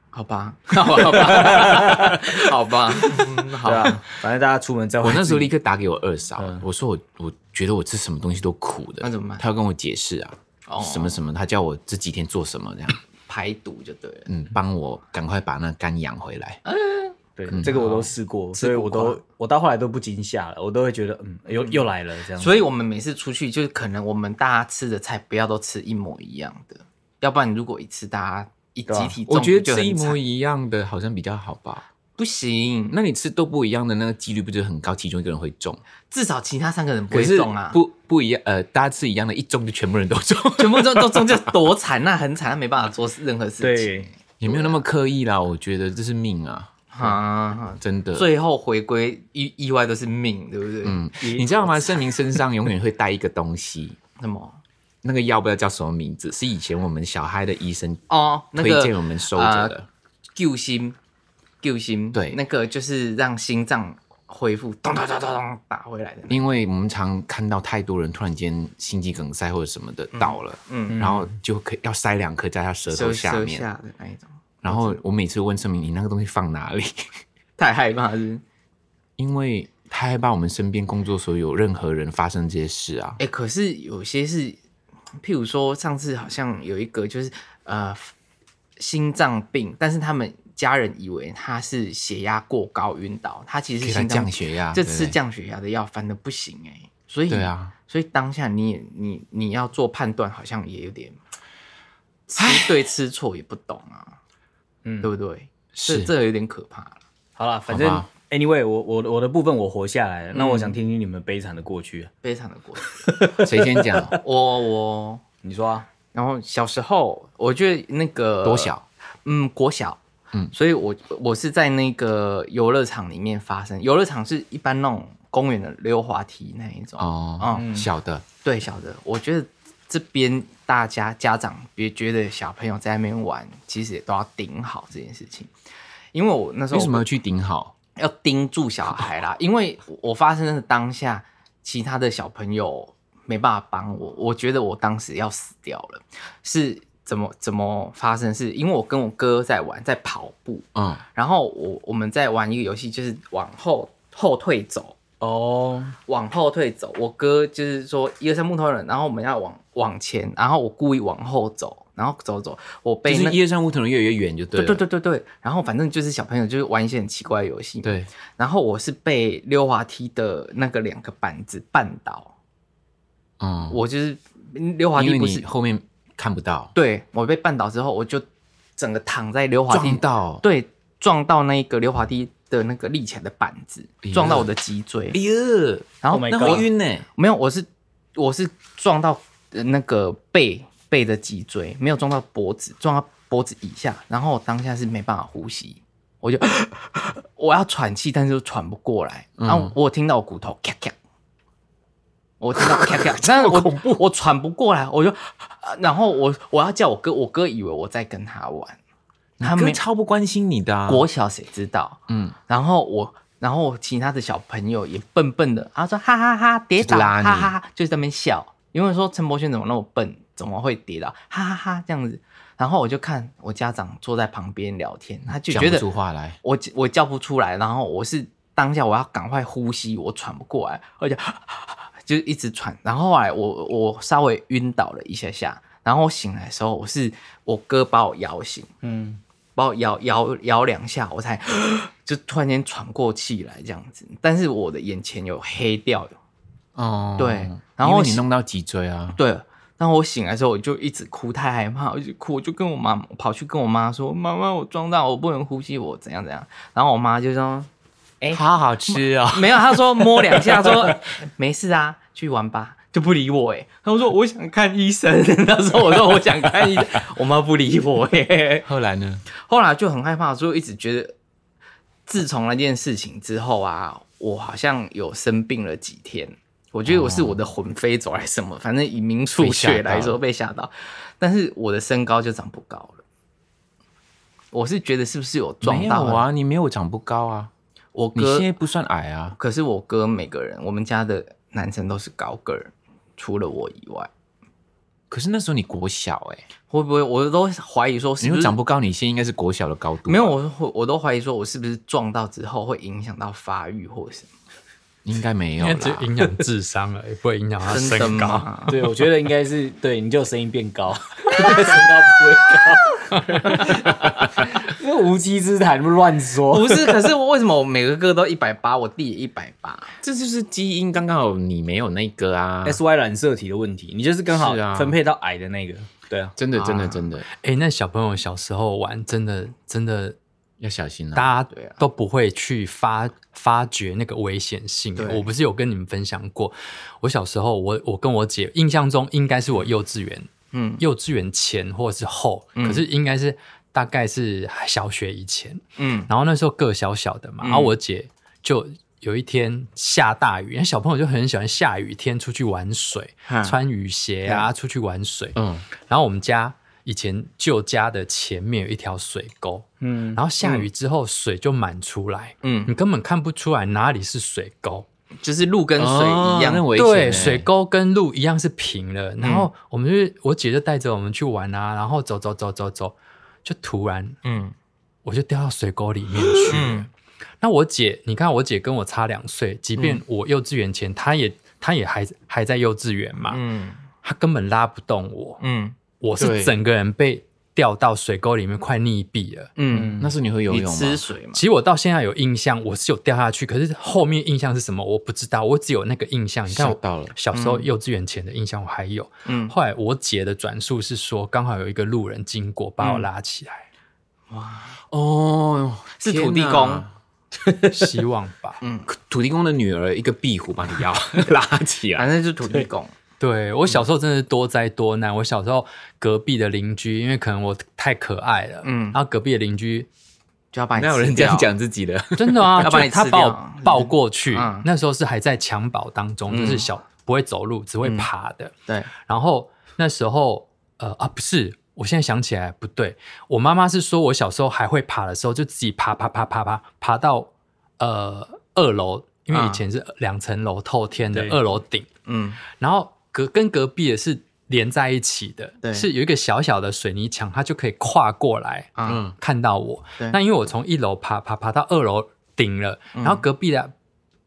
Speaker 4: 好吧，好吧， (laughs) 好吧，好吧，嗯好
Speaker 5: 对啊，反正大家出门在
Speaker 2: (laughs)
Speaker 5: 外
Speaker 2: 我那时候
Speaker 5: 自
Speaker 2: 立
Speaker 5: 己
Speaker 2: 刻打给我二嫂，
Speaker 5: 嗯
Speaker 2: 我说我我觉得我吃什么东西都苦的，
Speaker 4: 那怎么办
Speaker 2: 她要跟我解释啊，
Speaker 4: 哦
Speaker 2: 什么什么，她叫我这几天做什么这
Speaker 4: (laughs)
Speaker 2: 样。
Speaker 4: 排毒就对了。
Speaker 2: 嗯，帮我赶快把那肝养回来。
Speaker 4: 啊
Speaker 2: 嗯
Speaker 5: 对这个我都试过，所以我都我到后来都不惊吓了，我都会觉得嗯，又又来了这样子。
Speaker 4: 所以我们每次出去，就是可能我们大家吃的菜不要都吃一模一样的，要不然如果一次大家一
Speaker 5: 对啊
Speaker 4: 集体中
Speaker 2: 我
Speaker 4: 毒
Speaker 2: 觉得
Speaker 4: 就很
Speaker 2: 吃一模
Speaker 4: 惨
Speaker 2: 一样的好像比较好吧？
Speaker 4: 不行，
Speaker 2: 那你吃都不一样的那个几率不就很高？其中一个人会中，
Speaker 4: 至少其他三个人不
Speaker 2: 可
Speaker 4: 会
Speaker 2: 是
Speaker 4: 中啊，
Speaker 2: 不不一样，呃，大家吃一样的，一中就全部人都中，
Speaker 4: (laughs) 全部中都中就多惨，那很惨，那没办法做任何事情。
Speaker 5: 对，
Speaker 2: 也没有那么刻意啦。我觉得这是命啊，
Speaker 4: 啊，
Speaker 2: 真的。
Speaker 4: 最后回归意意外都是命，对不对？嗯，
Speaker 2: 嗯，你知道吗？盛明身上永远会带一个东西， (laughs)
Speaker 4: 什么？
Speaker 2: 那个药不知道叫什么名字，是以前我们小孩的医生
Speaker 4: 哦，那
Speaker 2: 推
Speaker 4: 个啊
Speaker 2: 荐我们收着的。
Speaker 4: 救心，救心，
Speaker 2: 对
Speaker 4: 那个就是让心脏恢复，咚咚咚咚咚打回来的那个。
Speaker 2: 因为我们常看到太多人突然间心肌梗塞或者什么的到了，
Speaker 4: 嗯
Speaker 2: 然后就可以要塞两颗在他舌头
Speaker 4: 收
Speaker 2: 下
Speaker 4: 收
Speaker 2: 面。
Speaker 4: 下嗯的那一种，
Speaker 2: 然后我每次问盛明，你那个东西放哪里？ (laughs)
Speaker 4: 太害怕是不是。
Speaker 2: 因为他害怕我们身边工作所有任何人发生这些事啊。
Speaker 4: 哎、可是有些是，譬如说上次好像有一个就是呃心脏病，但是他们家人以为他是血压过高晕倒，他其实
Speaker 2: 给
Speaker 4: 是
Speaker 2: 他
Speaker 4: 心脏
Speaker 2: 降血压，
Speaker 4: 这
Speaker 2: 对不
Speaker 4: 吃
Speaker 2: 对
Speaker 4: 降血压的药反的不行哎、所以
Speaker 2: 对啊，
Speaker 4: 所以当下你也你你要做判断，好像也有点吃对吃错也不懂啊，
Speaker 5: 嗯
Speaker 4: 对不对？这
Speaker 2: 是
Speaker 4: 这有点可怕了。
Speaker 5: 好了，反
Speaker 2: 好
Speaker 5: 正
Speaker 2: 吧嗯
Speaker 5: anyway，我我我的部分我活下来了，那我想听听你们悲惨的过去。啊
Speaker 4: 悲惨的过程，
Speaker 2: 谁先讲？
Speaker 4: 我我，
Speaker 5: 你说啊？
Speaker 4: 然后小时候，我觉得那个
Speaker 2: 多小？
Speaker 4: 嗯，国小，
Speaker 2: 嗯
Speaker 4: 嗯，所以我我是在那个游乐场里面发生。游乐场是一般那种公园的溜滑梯那一种。
Speaker 2: 哦，
Speaker 4: 嗯
Speaker 2: 小的，
Speaker 4: 对，小的，我觉得这边大家家长别觉得小朋友在那边玩，其实也都要盯好这件事情。因为我那时候
Speaker 2: 为什么要去顶好？
Speaker 4: 要盯住小孩
Speaker 2: (laughs)
Speaker 4: 啦，因为我发生的当下，其他的小朋友没办法帮我，我觉得我当时要死掉了。是怎么怎么发生？是因为我跟我哥在玩，在跑步，
Speaker 2: 嗯，
Speaker 4: 然后我我们在玩一个游戏，就是往后后退走，
Speaker 5: 哦，
Speaker 4: 往后退走。我哥就是说一二三木头人，然后我们要往往前，然后我故意往后走，然后走走，我
Speaker 2: 就
Speaker 4: 被那
Speaker 2: 是一二三五可能越来越远就对
Speaker 4: 对
Speaker 2: 了。
Speaker 4: 对对对对，然后反正就是小朋友就是玩一些很奇怪的游戏嘛，
Speaker 2: 对，
Speaker 4: 然后我是被溜滑梯的那个两个板子绊倒，
Speaker 2: 嗯，
Speaker 4: 我就是嗯溜滑
Speaker 2: 因
Speaker 4: 梯
Speaker 2: 为
Speaker 4: 不是
Speaker 2: 你后面看不到，
Speaker 4: 对我被绊倒之后，我就整个躺在溜滑梯
Speaker 2: 撞，到，
Speaker 4: 对，撞到那个溜滑梯的那个立起来的板子
Speaker 2: 哎，呀
Speaker 4: 撞到我的脊椎，
Speaker 2: 哎呀，
Speaker 4: 然后
Speaker 5: Oh my
Speaker 2: 那
Speaker 5: God
Speaker 2: 会晕呢。
Speaker 4: 没有，我是我是撞到呃那个背背的脊椎，没有撞到脖子，撞到脖子以下，然后我当下是没办法呼吸，我就 (gasps) 我要喘气，但是又喘不过来，
Speaker 2: 嗯
Speaker 4: 然后我听到我骨头咔咔。我听到 (laughs) 咔咔，但是我我喘不过来，我就，啊然后我我要叫我哥，我哥以为我在跟他玩，他
Speaker 2: 哥
Speaker 4: 没
Speaker 2: 超不关心你的、啊，
Speaker 4: 国小谁知道，
Speaker 2: 嗯，
Speaker 4: 然后我，然后我其他的小朋友也笨笨的，他说哈哈哈跌
Speaker 2: 就
Speaker 4: 倒，
Speaker 2: 是拉
Speaker 4: 哈
Speaker 2: 你
Speaker 4: 哈哈，就在那边笑，因为说陈柏轩怎么那么笨，怎么会跌倒，哈哈哈这样子。然后我就看我家长坐在旁边聊天，他就
Speaker 2: 讲
Speaker 4: 觉
Speaker 2: 不
Speaker 4: 得
Speaker 2: 出话来，
Speaker 4: 我我叫不出来，然后我是当下我要赶快呼吸，我喘不过来，而且就一直喘。然后后来我我稍微晕倒了一下下，然后我醒来的时候，我是我哥把我摇醒，
Speaker 5: 嗯，
Speaker 4: 把我摇摇摇两下，我才就突然间喘过气来这样子。但是我的眼前有黑掉，
Speaker 2: 哦，
Speaker 4: 对然后
Speaker 2: 因为你
Speaker 4: 是
Speaker 2: 弄到脊椎啊，
Speaker 4: 对，然后我醒来之后，我就一直哭，太害怕，我就哭，我就跟我妈我跑去跟我妈说：“妈妈，我撞到，我不能呼吸，我怎样怎样。”然后我妈就说对
Speaker 2: 好好吃哦。
Speaker 4: 没有，他说摸两下，说没事啊，去玩吧，就不理我哎、他说我想看医生，那时候我说我想看医生，我妈不理我哎、
Speaker 2: 后来呢？
Speaker 4: 后来就很害怕，所以我一直觉得，自从那件事情之后啊，我好像有生病了几天。我觉得我是我的魂飞走还是什么，反正以民俗学来说被吓到，但是我的身高就长不高了。我是觉得是不是有
Speaker 2: 没
Speaker 4: 撞
Speaker 2: 有
Speaker 4: 到啊？
Speaker 2: 啊，你没有长不高啊，
Speaker 4: 我
Speaker 2: 你
Speaker 4: 哥
Speaker 2: 现在不算矮啊。
Speaker 4: 可是我哥每个人，我们家的男生都是高个儿，除了我以外，
Speaker 2: 可是那时候你国小哎、
Speaker 4: 会不会我都怀疑说
Speaker 2: 你
Speaker 4: 是
Speaker 2: 又
Speaker 4: 不是
Speaker 2: 长不高，你现在应该是国小的高度。
Speaker 4: 没有，，我我我都怀疑说我是不是撞到之后会影响到发育或什么？
Speaker 2: 应该没
Speaker 3: 因
Speaker 2: 有
Speaker 3: 为
Speaker 2: 啦。
Speaker 3: 只影响智商而已，不会影响
Speaker 4: (laughs)
Speaker 3: 他
Speaker 4: 真的
Speaker 3: 身
Speaker 2: (laughs)
Speaker 3: 高。
Speaker 2: 啊
Speaker 4: 吗？
Speaker 5: 对，我觉得应该是对，你就声音变高， (laughs) 你的身高不会高， (laughs) 因为无稽之谈，不乱说。
Speaker 4: 不是，可是我为什么我每个哥都一百八，我弟也一百八？
Speaker 2: 这就是基因刚刚好，你没有那个啊。
Speaker 5: S Y 染色体的问题，你就是刚好
Speaker 2: 是啊
Speaker 5: 分配到矮的那个，对啊，
Speaker 2: 真的，真的，
Speaker 4: 啊
Speaker 2: 真的
Speaker 3: 哎、那小朋友小时候玩，真的真的，
Speaker 2: 要小心啊！
Speaker 3: 大家
Speaker 4: 对啊
Speaker 3: 都不会去发发掘那个危险性。欸
Speaker 4: 对
Speaker 3: 我不是有跟你们分享过，我小时候我我跟我姐印象中应该是我幼稚园
Speaker 4: 嗯
Speaker 3: 幼稚园前或者是后，可是应该是大概是小学以前。
Speaker 4: 嗯，
Speaker 3: 然后那时候个小小的嘛，
Speaker 5: 嗯
Speaker 3: 然后我姐就有一天下大雨，因为小朋友就很喜欢下雨天出去玩水，
Speaker 5: 嗯
Speaker 4: 哈
Speaker 3: 穿雨鞋啊出去玩水。
Speaker 2: 嗯，
Speaker 3: 然后我们家以前旧家的前面有一条水沟，
Speaker 5: 嗯，
Speaker 3: 然后下雨之后水就满出来，
Speaker 4: 嗯
Speaker 3: 你根本看不出来哪里是水沟。
Speaker 4: 就是路跟水一
Speaker 2: 哦
Speaker 4: 样，
Speaker 2: 那危险欸、
Speaker 3: 对，水沟跟路一样是平的。然后我们就我姐就带着我们去玩啊，然后走走走走走，就突然
Speaker 4: 嗯
Speaker 3: 我就掉到水沟里面去了。
Speaker 4: 嗯
Speaker 3: 那我姐，你看我姐跟我差两岁，即便我幼稚园前，她也她也还还在幼稚园嘛，
Speaker 4: 嗯
Speaker 3: 她根本拉不动我，
Speaker 4: 嗯
Speaker 3: 我
Speaker 2: 对
Speaker 3: 是整个人被掉到水沟里面，快溺毙了。
Speaker 4: 嗯，
Speaker 2: 那时候你会游
Speaker 4: 你
Speaker 2: 泳吗？
Speaker 4: 吃水嘛？
Speaker 3: 其实我到现在有印象，我是有掉下去，可是后面印象是什么我不知道，我只有那个印象。你看
Speaker 2: 吓
Speaker 3: 我
Speaker 2: 到了，
Speaker 3: 小时候幼稚园前的印象我还有，
Speaker 4: 嗯，
Speaker 3: 后来我姐的转述是说，刚好有一个路人经过把
Speaker 4: 嗯
Speaker 3: 我拉起来，
Speaker 2: 哦，
Speaker 4: 是
Speaker 2: 天
Speaker 4: 土地
Speaker 2: 哪
Speaker 4: 公，
Speaker 3: 希望吧。
Speaker 4: 嗯
Speaker 2: 土地公的女儿，一个壁虎把你腰 (laughs) 拉起来。
Speaker 4: 反正就是土地公。
Speaker 3: 对我小时候真的是多灾多难。我小时候隔壁的邻居，因为可能我太可爱了，
Speaker 4: 嗯
Speaker 3: 然后隔壁的邻居
Speaker 4: 就要把你
Speaker 2: 哪有人
Speaker 4: 吃
Speaker 2: 这样
Speaker 4: 掉
Speaker 2: 讲自己的？
Speaker 3: 真的
Speaker 4: (laughs)
Speaker 3: 啊，
Speaker 4: 要把你
Speaker 3: 就他
Speaker 4: 吃
Speaker 3: 把
Speaker 4: 掉
Speaker 3: 我抱过去
Speaker 4: 嗯，
Speaker 3: 那时候是还在襁褓当中，就是小不会走路，只会
Speaker 4: 嗯
Speaker 3: 爬的。
Speaker 4: 对，
Speaker 3: 然后那时候，呃啊，不是，我现在想起来不对，我妈妈是说我小时候还会爬的时候，就自己爬爬爬爬爬爬到呃二楼，因为以前是两层楼透天的
Speaker 5: 对
Speaker 3: 二楼顶，
Speaker 4: 嗯
Speaker 3: 然后隔跟隔壁也是连在一起的，
Speaker 4: 对
Speaker 3: 是有一个小小的水泥墙，它就可以跨过来
Speaker 4: 啊
Speaker 2: 嗯，
Speaker 3: 看到我
Speaker 4: 对。嗯
Speaker 3: 那因为我从一楼爬爬爬到二楼顶了，然后隔壁的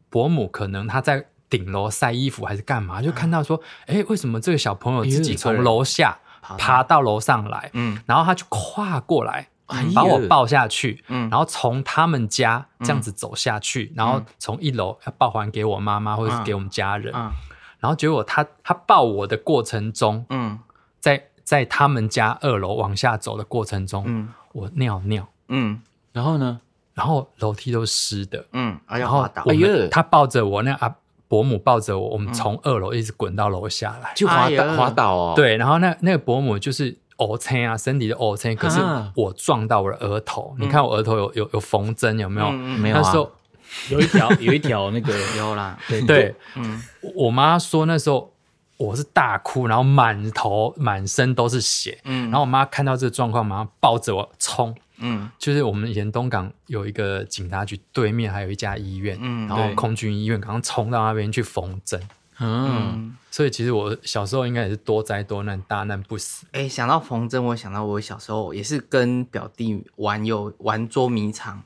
Speaker 3: 伯母可能她在。顶楼晒衣服还是干嘛？就看到说，哎、为什么这个小朋友自己从楼下
Speaker 4: 爬到
Speaker 3: 爬到楼上来？
Speaker 4: 哎嗯
Speaker 3: 然后他就跨过来嗯
Speaker 2: 哎呀，
Speaker 3: 把我抱下去，
Speaker 4: 嗯
Speaker 3: 然后从他们家这样子走下去，然后从一楼要抱还给我妈妈或者是给我们家人。
Speaker 4: 啊
Speaker 3: 然后结果他他抱我的过程中，
Speaker 4: 嗯
Speaker 3: 在在他们家二楼往下走的过程中，
Speaker 4: 嗯
Speaker 3: 我尿尿，
Speaker 4: 嗯
Speaker 2: (laughs) 然后呢？
Speaker 3: 然后楼梯都湿的，
Speaker 4: 嗯，哎呀，
Speaker 3: 然
Speaker 4: 滑
Speaker 3: 后
Speaker 4: 倒
Speaker 3: 我
Speaker 2: 哎
Speaker 3: 们、
Speaker 2: 呀
Speaker 3: 他抱着我，那阿伯母抱着我，我们从二楼一直滚到楼下来。
Speaker 2: 就滑
Speaker 4: 哎
Speaker 2: 倒，
Speaker 4: 呀
Speaker 2: 滑倒哦。，
Speaker 3: 对，然后那那个伯母就是呕青啊，身体就呕青，可是
Speaker 2: 啊
Speaker 3: 我撞到我的额头，你看我额头有有有缝针有没有？
Speaker 4: 嗯嗯
Speaker 2: 没有
Speaker 3: 那
Speaker 2: 啊。
Speaker 3: 时候
Speaker 5: 有一条有一条那个，
Speaker 4: 有啦，
Speaker 3: 对，
Speaker 4: 嗯
Speaker 3: 我我妈说那时候我是大哭，然后满头满身都是血，
Speaker 4: 嗯，
Speaker 3: 然后我妈看到这个状况，马上抱着我冲。
Speaker 4: 嗯
Speaker 3: 就是我们以前东港有一个警察局对面还有一家医院，
Speaker 4: 嗯
Speaker 3: 然后
Speaker 5: 对
Speaker 3: 空军医院，刚刚冲到那边去缝针，
Speaker 2: 嗯，
Speaker 4: 嗯，
Speaker 3: 所以其实我小时候应该也是多灾多难，大难不死。
Speaker 4: 哎、想到缝针，我想到我小时候也是
Speaker 1: 嗯
Speaker 4: 跟表弟玩游玩捉迷藏，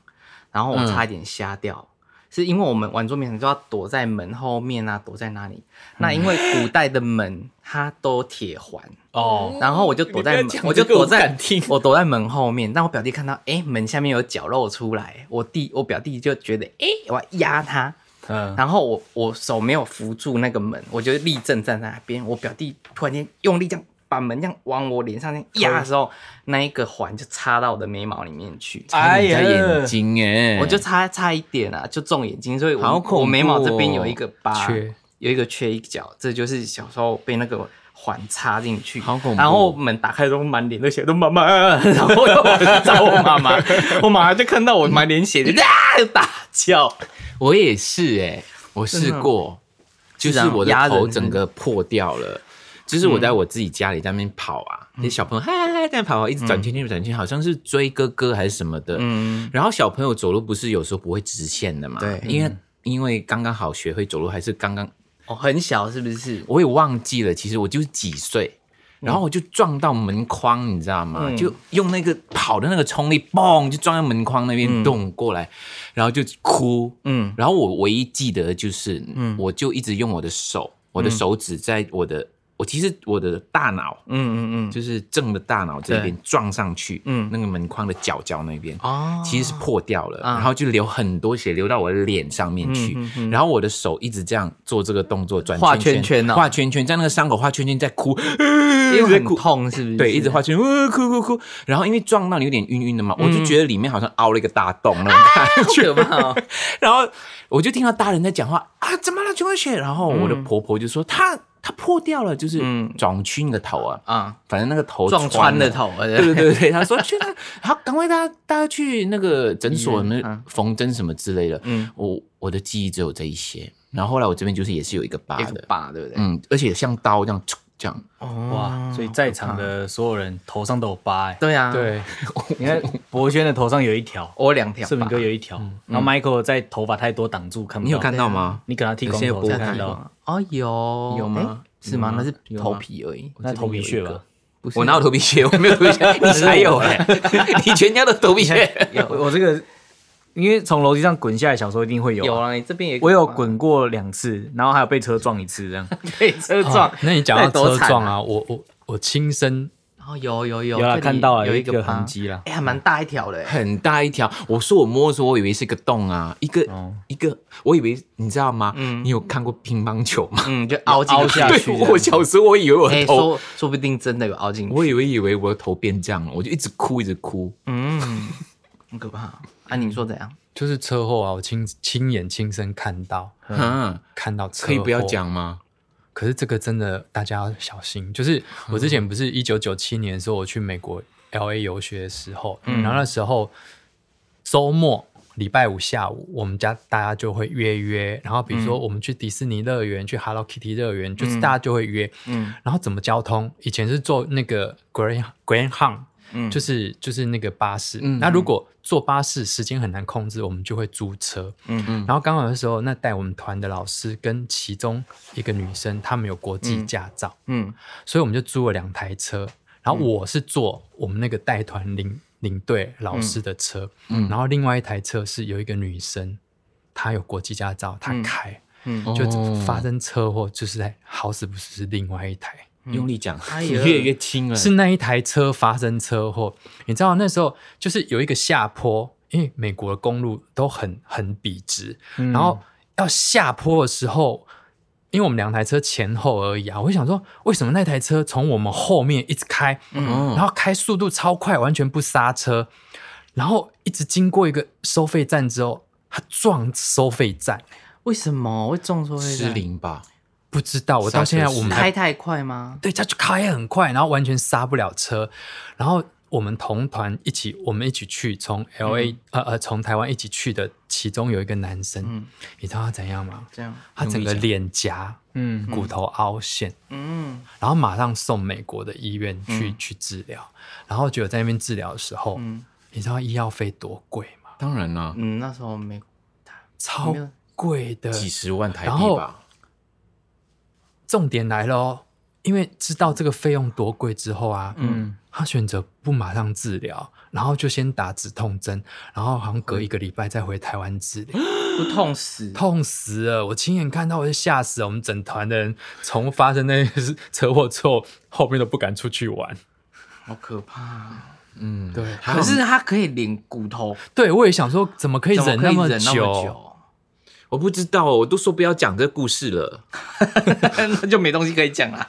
Speaker 4: 然后我差一点瞎掉，是因为我们玩桌面很就要躲在门后面啊，躲在哪里？那因为古代的门它都铁环，
Speaker 5: 哦，
Speaker 4: 然后我就躲在门
Speaker 1: 你不要，讲
Speaker 4: 我
Speaker 1: 这
Speaker 4: 就
Speaker 1: 个
Speaker 4: 躲
Speaker 1: 我不
Speaker 4: 在
Speaker 1: 敢听
Speaker 4: 我躲在门后面。但我表弟看到，哎，门下面有脚露出来，我弟我表弟就觉得，哎，我要压他。
Speaker 5: 嗯，
Speaker 4: 然后我我手没有扶住那个门，我就立正站在那边。我表弟突然间用力这样把门这样往我脸上这样压的时候，那一个环就插到我的眉毛里面去，
Speaker 5: 哎
Speaker 2: 你
Speaker 5: 呀
Speaker 2: 家眼睛哎，
Speaker 4: 我就差差一点啊，就中眼睛，所以我
Speaker 2: 好恐怖哦
Speaker 4: 我眉毛这边有一个疤，
Speaker 3: 缺
Speaker 4: 有一个缺一角，这就是小时候被那个环插进去，
Speaker 2: 好恐怖哦
Speaker 4: 然后门打开之后，满脸都血，都妈妈， (laughs) 然后我就找我妈妈，我妈妈就看到我满脸血，就啊就大叫，
Speaker 2: 我也是哎、我试过，就是
Speaker 4: 啊
Speaker 2: 是我的
Speaker 4: 压人
Speaker 2: 头
Speaker 4: 是
Speaker 2: 整个破掉了。就是我在我自己家里在那边跑啊，那、小朋友嗨嗨嗨在跑啊，一直转圈圈转圈圈，好像是追哥哥还是什么的。
Speaker 4: 嗯，
Speaker 2: 然后小朋友走路不是有时候不会直线的嘛？
Speaker 4: 对
Speaker 2: 因为因为刚刚好学会走路，还是刚刚
Speaker 4: 哦，很小是不是？
Speaker 2: 我也忘记了，其实我就是几岁，然后我就撞到门框，你知道吗？
Speaker 4: 嗯
Speaker 2: 就用那个跑的那个冲力，嘣就撞在门框那边动过来，然后就哭。
Speaker 4: 嗯
Speaker 2: 然后我唯一记得就是，我就一直用我的手，我
Speaker 4: 嗯
Speaker 2: 的手指在我的，我其实我的大脑
Speaker 4: 嗯嗯嗯，
Speaker 2: 就是正的大脑这边撞上去，
Speaker 4: 嗯
Speaker 2: 那个门框的角角那边。
Speaker 4: 哦
Speaker 2: 其实是破掉了，
Speaker 4: 啊
Speaker 2: 然后就流很多血，流到我的脸上面去。
Speaker 4: 嗯
Speaker 2: 然后我的手一直这样做这个动作，转
Speaker 4: 画
Speaker 2: 圈
Speaker 4: 圈圈哦
Speaker 2: 画圈圈，在那个伤口画圈圈，在哭，
Speaker 4: 因为
Speaker 2: 一直在
Speaker 4: 很
Speaker 2: 哭。
Speaker 4: 痛是不是？
Speaker 2: 对，一直画圈，呃，哭哭哭，然后因为撞到你有点晕晕的嘛，我
Speaker 4: 嗯
Speaker 2: 就觉得里面好像凹了一个大洞那种
Speaker 4: 啊
Speaker 2: 感觉，
Speaker 4: 好可怕哦
Speaker 2: 然后我就听到大人在讲话啊，怎么了，琼雪？然后我的婆婆就说，她她破掉了，就是
Speaker 4: 嗯
Speaker 2: 撞穿个头啊，
Speaker 4: 啊，
Speaker 2: 反正那个头
Speaker 4: 撞穿了
Speaker 2: 了
Speaker 4: 头，
Speaker 2: (laughs)
Speaker 4: 对
Speaker 2: 对对对，他说去 (laughs) 那，好，赶快大家大家去那个诊所，
Speaker 4: 医院
Speaker 2: 那
Speaker 4: 嗯
Speaker 2: 缝针什么之类的。
Speaker 4: 嗯
Speaker 2: 嗯，我我的记忆只有这一些。然后后来我这边就是也是有一个疤
Speaker 4: 一个
Speaker 2: 的，
Speaker 4: 疤，对不对？
Speaker 2: 嗯，而且像刀这样戳这样，
Speaker 5: 哇，所以在场的所有人头上都有疤哎，
Speaker 4: 对啊，，
Speaker 3: 对，
Speaker 5: 你看博轩的头上有一条， (laughs)
Speaker 4: 我有两条
Speaker 5: 盛明
Speaker 4: 疤
Speaker 5: 哥有一条，然后 Michael 在头发太多挡住看不到，
Speaker 2: 你有看到吗？
Speaker 5: 你给他剃光
Speaker 2: 有些
Speaker 5: 头
Speaker 2: 不
Speaker 5: 才
Speaker 2: 会
Speaker 5: 看
Speaker 2: 看
Speaker 5: 到，
Speaker 4: 到哦，有
Speaker 2: 有吗
Speaker 4: 诶是吗？
Speaker 2: 有吗
Speaker 4: 那是头皮而已，
Speaker 5: 那头皮屑吧？
Speaker 4: 不是
Speaker 2: 我哪有头皮屑？我没有头皮屑，你才有哎、 (laughs) 你全家都头皮屑。
Speaker 5: 我我这个，因为从楼梯上滚下来，小时候一定会有啊。
Speaker 4: 有啊，你这边也
Speaker 5: 我有滚过两次，然后还有被车撞一次，这样。
Speaker 4: 被车撞
Speaker 3: 哦，那你讲到
Speaker 4: 多
Speaker 3: 车
Speaker 4: 惨
Speaker 3: 撞啊，我我我亲身
Speaker 4: 哦，有 (laughs) 有有，
Speaker 5: 有啦，
Speaker 4: 这里
Speaker 5: 看到了
Speaker 4: 有
Speaker 5: 一
Speaker 4: 个
Speaker 5: 个
Speaker 4: 疤
Speaker 5: 痕，迹啦。
Speaker 4: 哎，还蛮大一条的，诶
Speaker 2: 很大一条，我说我摸的时候，我以为是个洞啊，一个、
Speaker 5: 哦
Speaker 2: 一个，我以为你知道吗？
Speaker 4: 嗯
Speaker 2: 你有看过乒乓球吗？
Speaker 4: 嗯，就凹进
Speaker 5: 凹下去
Speaker 2: 对， (laughs) 我小时候我以为我
Speaker 4: 哎，
Speaker 2: 的头
Speaker 4: 说说不定真的有凹进去，
Speaker 2: 我以为以为我的头变这样了，我就一直哭一直哭。
Speaker 4: 嗯，很可怕啊！你说怎样？
Speaker 3: 就是车祸啊，我亲亲眼亲身看到
Speaker 2: 嗯，
Speaker 3: 看到车祸，
Speaker 2: 可以不要讲吗？
Speaker 3: 可是这个真的大家要小心。就是我之前不是一九九七年的时候，我去美国 L A 游学的时候，然后那时候周末礼拜五下午，我们家大家就会约约，然后比如说我们去迪士尼乐园、去 Hello Kitty 乐园，就是大家就会约。
Speaker 4: 嗯
Speaker 3: 然后怎么交通？以前是坐那个 Grand Grand h u n 就是就是那个巴士，那如果坐巴士时间很难控制，我们就会租车。
Speaker 4: 嗯
Speaker 3: 然后刚好的时候，那带我们团的老师跟其中一个女生，她们有国际驾照，
Speaker 4: 嗯
Speaker 3: 所以我们就租了两台车。然后我是坐我们那个带团领领队老师的车，
Speaker 4: 嗯
Speaker 3: 然后另外一台车是有一个女生，她有国际驾照，她开，
Speaker 4: 嗯，
Speaker 3: 就
Speaker 2: 哦
Speaker 3: 发生车祸，就是在好死不死是另外一台。
Speaker 2: 用力讲，
Speaker 4: 哎呀
Speaker 2: (laughs) 越来越轻了。
Speaker 3: 是那一台车发生车祸。你知道那时候就是有一个下坡，因为美国的公路都很很笔直，
Speaker 2: 嗯
Speaker 3: 然后要下坡的时候，因为我们两台车前后而已啊，我就想说为什么那台车从我们后面一直开，
Speaker 2: 嗯哦
Speaker 3: 然后开速度超快，完全不刹车，然后一直经过一个收费站之后，它撞收费站，
Speaker 4: 为什么会中说会
Speaker 2: 失？灵吧？
Speaker 3: 不知道我到现在
Speaker 2: 刹车
Speaker 3: 我们
Speaker 4: 开
Speaker 3: 还
Speaker 4: 太快吗？
Speaker 3: 对，他就开很快，然后完全刹不了车。然后我们同团一起，我们一起去从 L
Speaker 4: 嗯
Speaker 3: A、呃呃从台湾一起去的，其中有一个男生，
Speaker 4: 嗯
Speaker 3: 你知道他怎样吗？
Speaker 4: 这样，
Speaker 3: 他整个脸颊
Speaker 5: 嗯，
Speaker 3: 骨头凹陷，
Speaker 4: 嗯
Speaker 3: 然后马上送美国的医院去、去治疗。然后结果在那边治疗的时候，
Speaker 4: 嗯
Speaker 3: 你知道医药费多贵吗？
Speaker 2: 当然啦，
Speaker 4: 嗯，那时候没
Speaker 3: 超
Speaker 4: 没有
Speaker 3: 贵的，
Speaker 2: 几十万台
Speaker 3: 然
Speaker 2: 币
Speaker 3: 后
Speaker 2: 吧。
Speaker 3: 重点来了哦，因为知道这个费用多贵之后啊，
Speaker 5: 嗯，
Speaker 3: 他选择不马上治疗，然后就先打止痛针，然后好像隔一个礼拜再回台湾治疗，
Speaker 4: 不痛死，
Speaker 3: 痛死了！我亲眼看到，我就吓死了。我们整团的人从发生那件事车祸之后，后面都不敢出去玩。
Speaker 4: 好可怕啊。
Speaker 2: 嗯，
Speaker 3: 对，
Speaker 4: 可是他可以领骨头，
Speaker 3: 对我也想说，怎么可以
Speaker 4: 怎么
Speaker 3: 忍
Speaker 4: 可
Speaker 3: 那
Speaker 4: 以
Speaker 3: 么
Speaker 4: 忍那么
Speaker 3: 久？
Speaker 2: (laughs)
Speaker 4: 久？
Speaker 2: 我不知道，我都说不要讲这故事了。
Speaker 4: 那就没东西可以讲啦。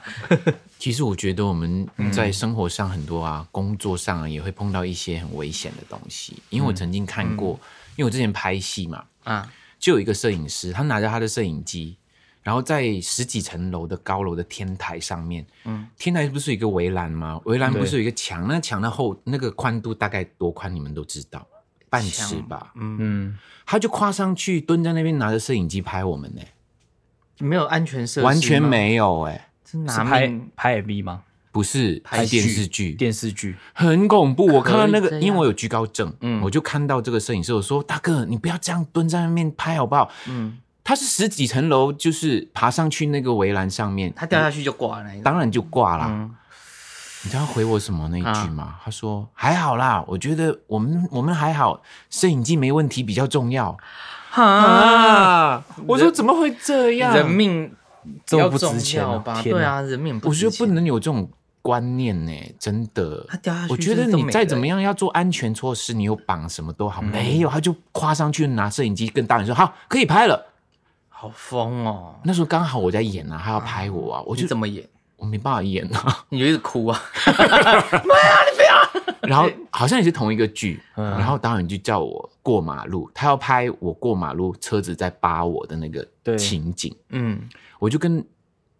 Speaker 2: 其实我觉得我们在生活上很多啊，工作上啊也会碰到一些很危险的东西。因为我曾经看过，因为我之前拍戏嘛，
Speaker 4: 啊，
Speaker 2: 就有一个摄影师，他拿着他的摄影机，然后在十几层楼的高楼的天台上面，嗯，天台不是有一个围栏吗？围栏不是有一个墙？那墙的厚那个宽度大概多宽？你们都知道，半尺吧。
Speaker 5: 嗯，
Speaker 2: 他就跨上去蹲在那边拿着摄影机拍我们呢、
Speaker 4: 没有安全设施，
Speaker 2: 完全，没有哎、
Speaker 4: 是
Speaker 5: 是
Speaker 4: 拿
Speaker 5: 拍
Speaker 4: 命
Speaker 5: 拍 MV 吗？
Speaker 2: 不是
Speaker 4: 拍
Speaker 2: 拍
Speaker 4: 剧
Speaker 2: 电视剧，
Speaker 5: 电视剧，
Speaker 2: 很恐怖。我看到那个，
Speaker 4: 可以这样
Speaker 2: 因为我有居高症，
Speaker 4: 嗯
Speaker 2: 我就看到这个摄影师，我说：“大哥，你不要这样蹲在那边拍好不好？”
Speaker 4: 嗯，
Speaker 2: 他是十几层楼，就是爬上去那个围栏上面，
Speaker 4: 他掉下去就挂了那一种。
Speaker 2: 当然就挂啦。
Speaker 4: 嗯
Speaker 2: 你知道他回我什么那一句吗？他说：“还好啦，我觉得我们我们还好，摄影机没问题比较重要。
Speaker 4: 啊，”
Speaker 2: 我说：“怎么会这样？
Speaker 4: 人命
Speaker 5: 这么
Speaker 4: 要
Speaker 5: 不
Speaker 4: 重
Speaker 5: 值钱啊
Speaker 4: 要吧？
Speaker 5: 天哪
Speaker 4: 对啊，人命不
Speaker 2: 哦我
Speaker 4: 值
Speaker 2: 觉
Speaker 4: 钱，
Speaker 2: 得不能有这种观念呢、真的。
Speaker 4: 他掉下去
Speaker 2: 我觉得
Speaker 4: 真的都
Speaker 2: 你
Speaker 4: 没
Speaker 2: 再怎
Speaker 4: 了
Speaker 2: 么样要做安全措施，你有绑什么都好，没有他就跨上去拿摄影机跟导演说：“好，可以拍了。
Speaker 4: 好疯哦”！
Speaker 2: 那时候刚好我在演啊，他要拍我啊，我
Speaker 4: 你
Speaker 2: 就
Speaker 4: 怎么演？
Speaker 2: 我没办法演啊。
Speaker 4: 你就一直哭啊？
Speaker 5: (laughs)
Speaker 2: 然后好像也是同一个剧，
Speaker 5: 嗯
Speaker 2: 然后导演就叫我过马路，他要拍我过马路车子在扒我的那
Speaker 5: 对
Speaker 2: 个情景，
Speaker 4: 嗯
Speaker 2: 我就跟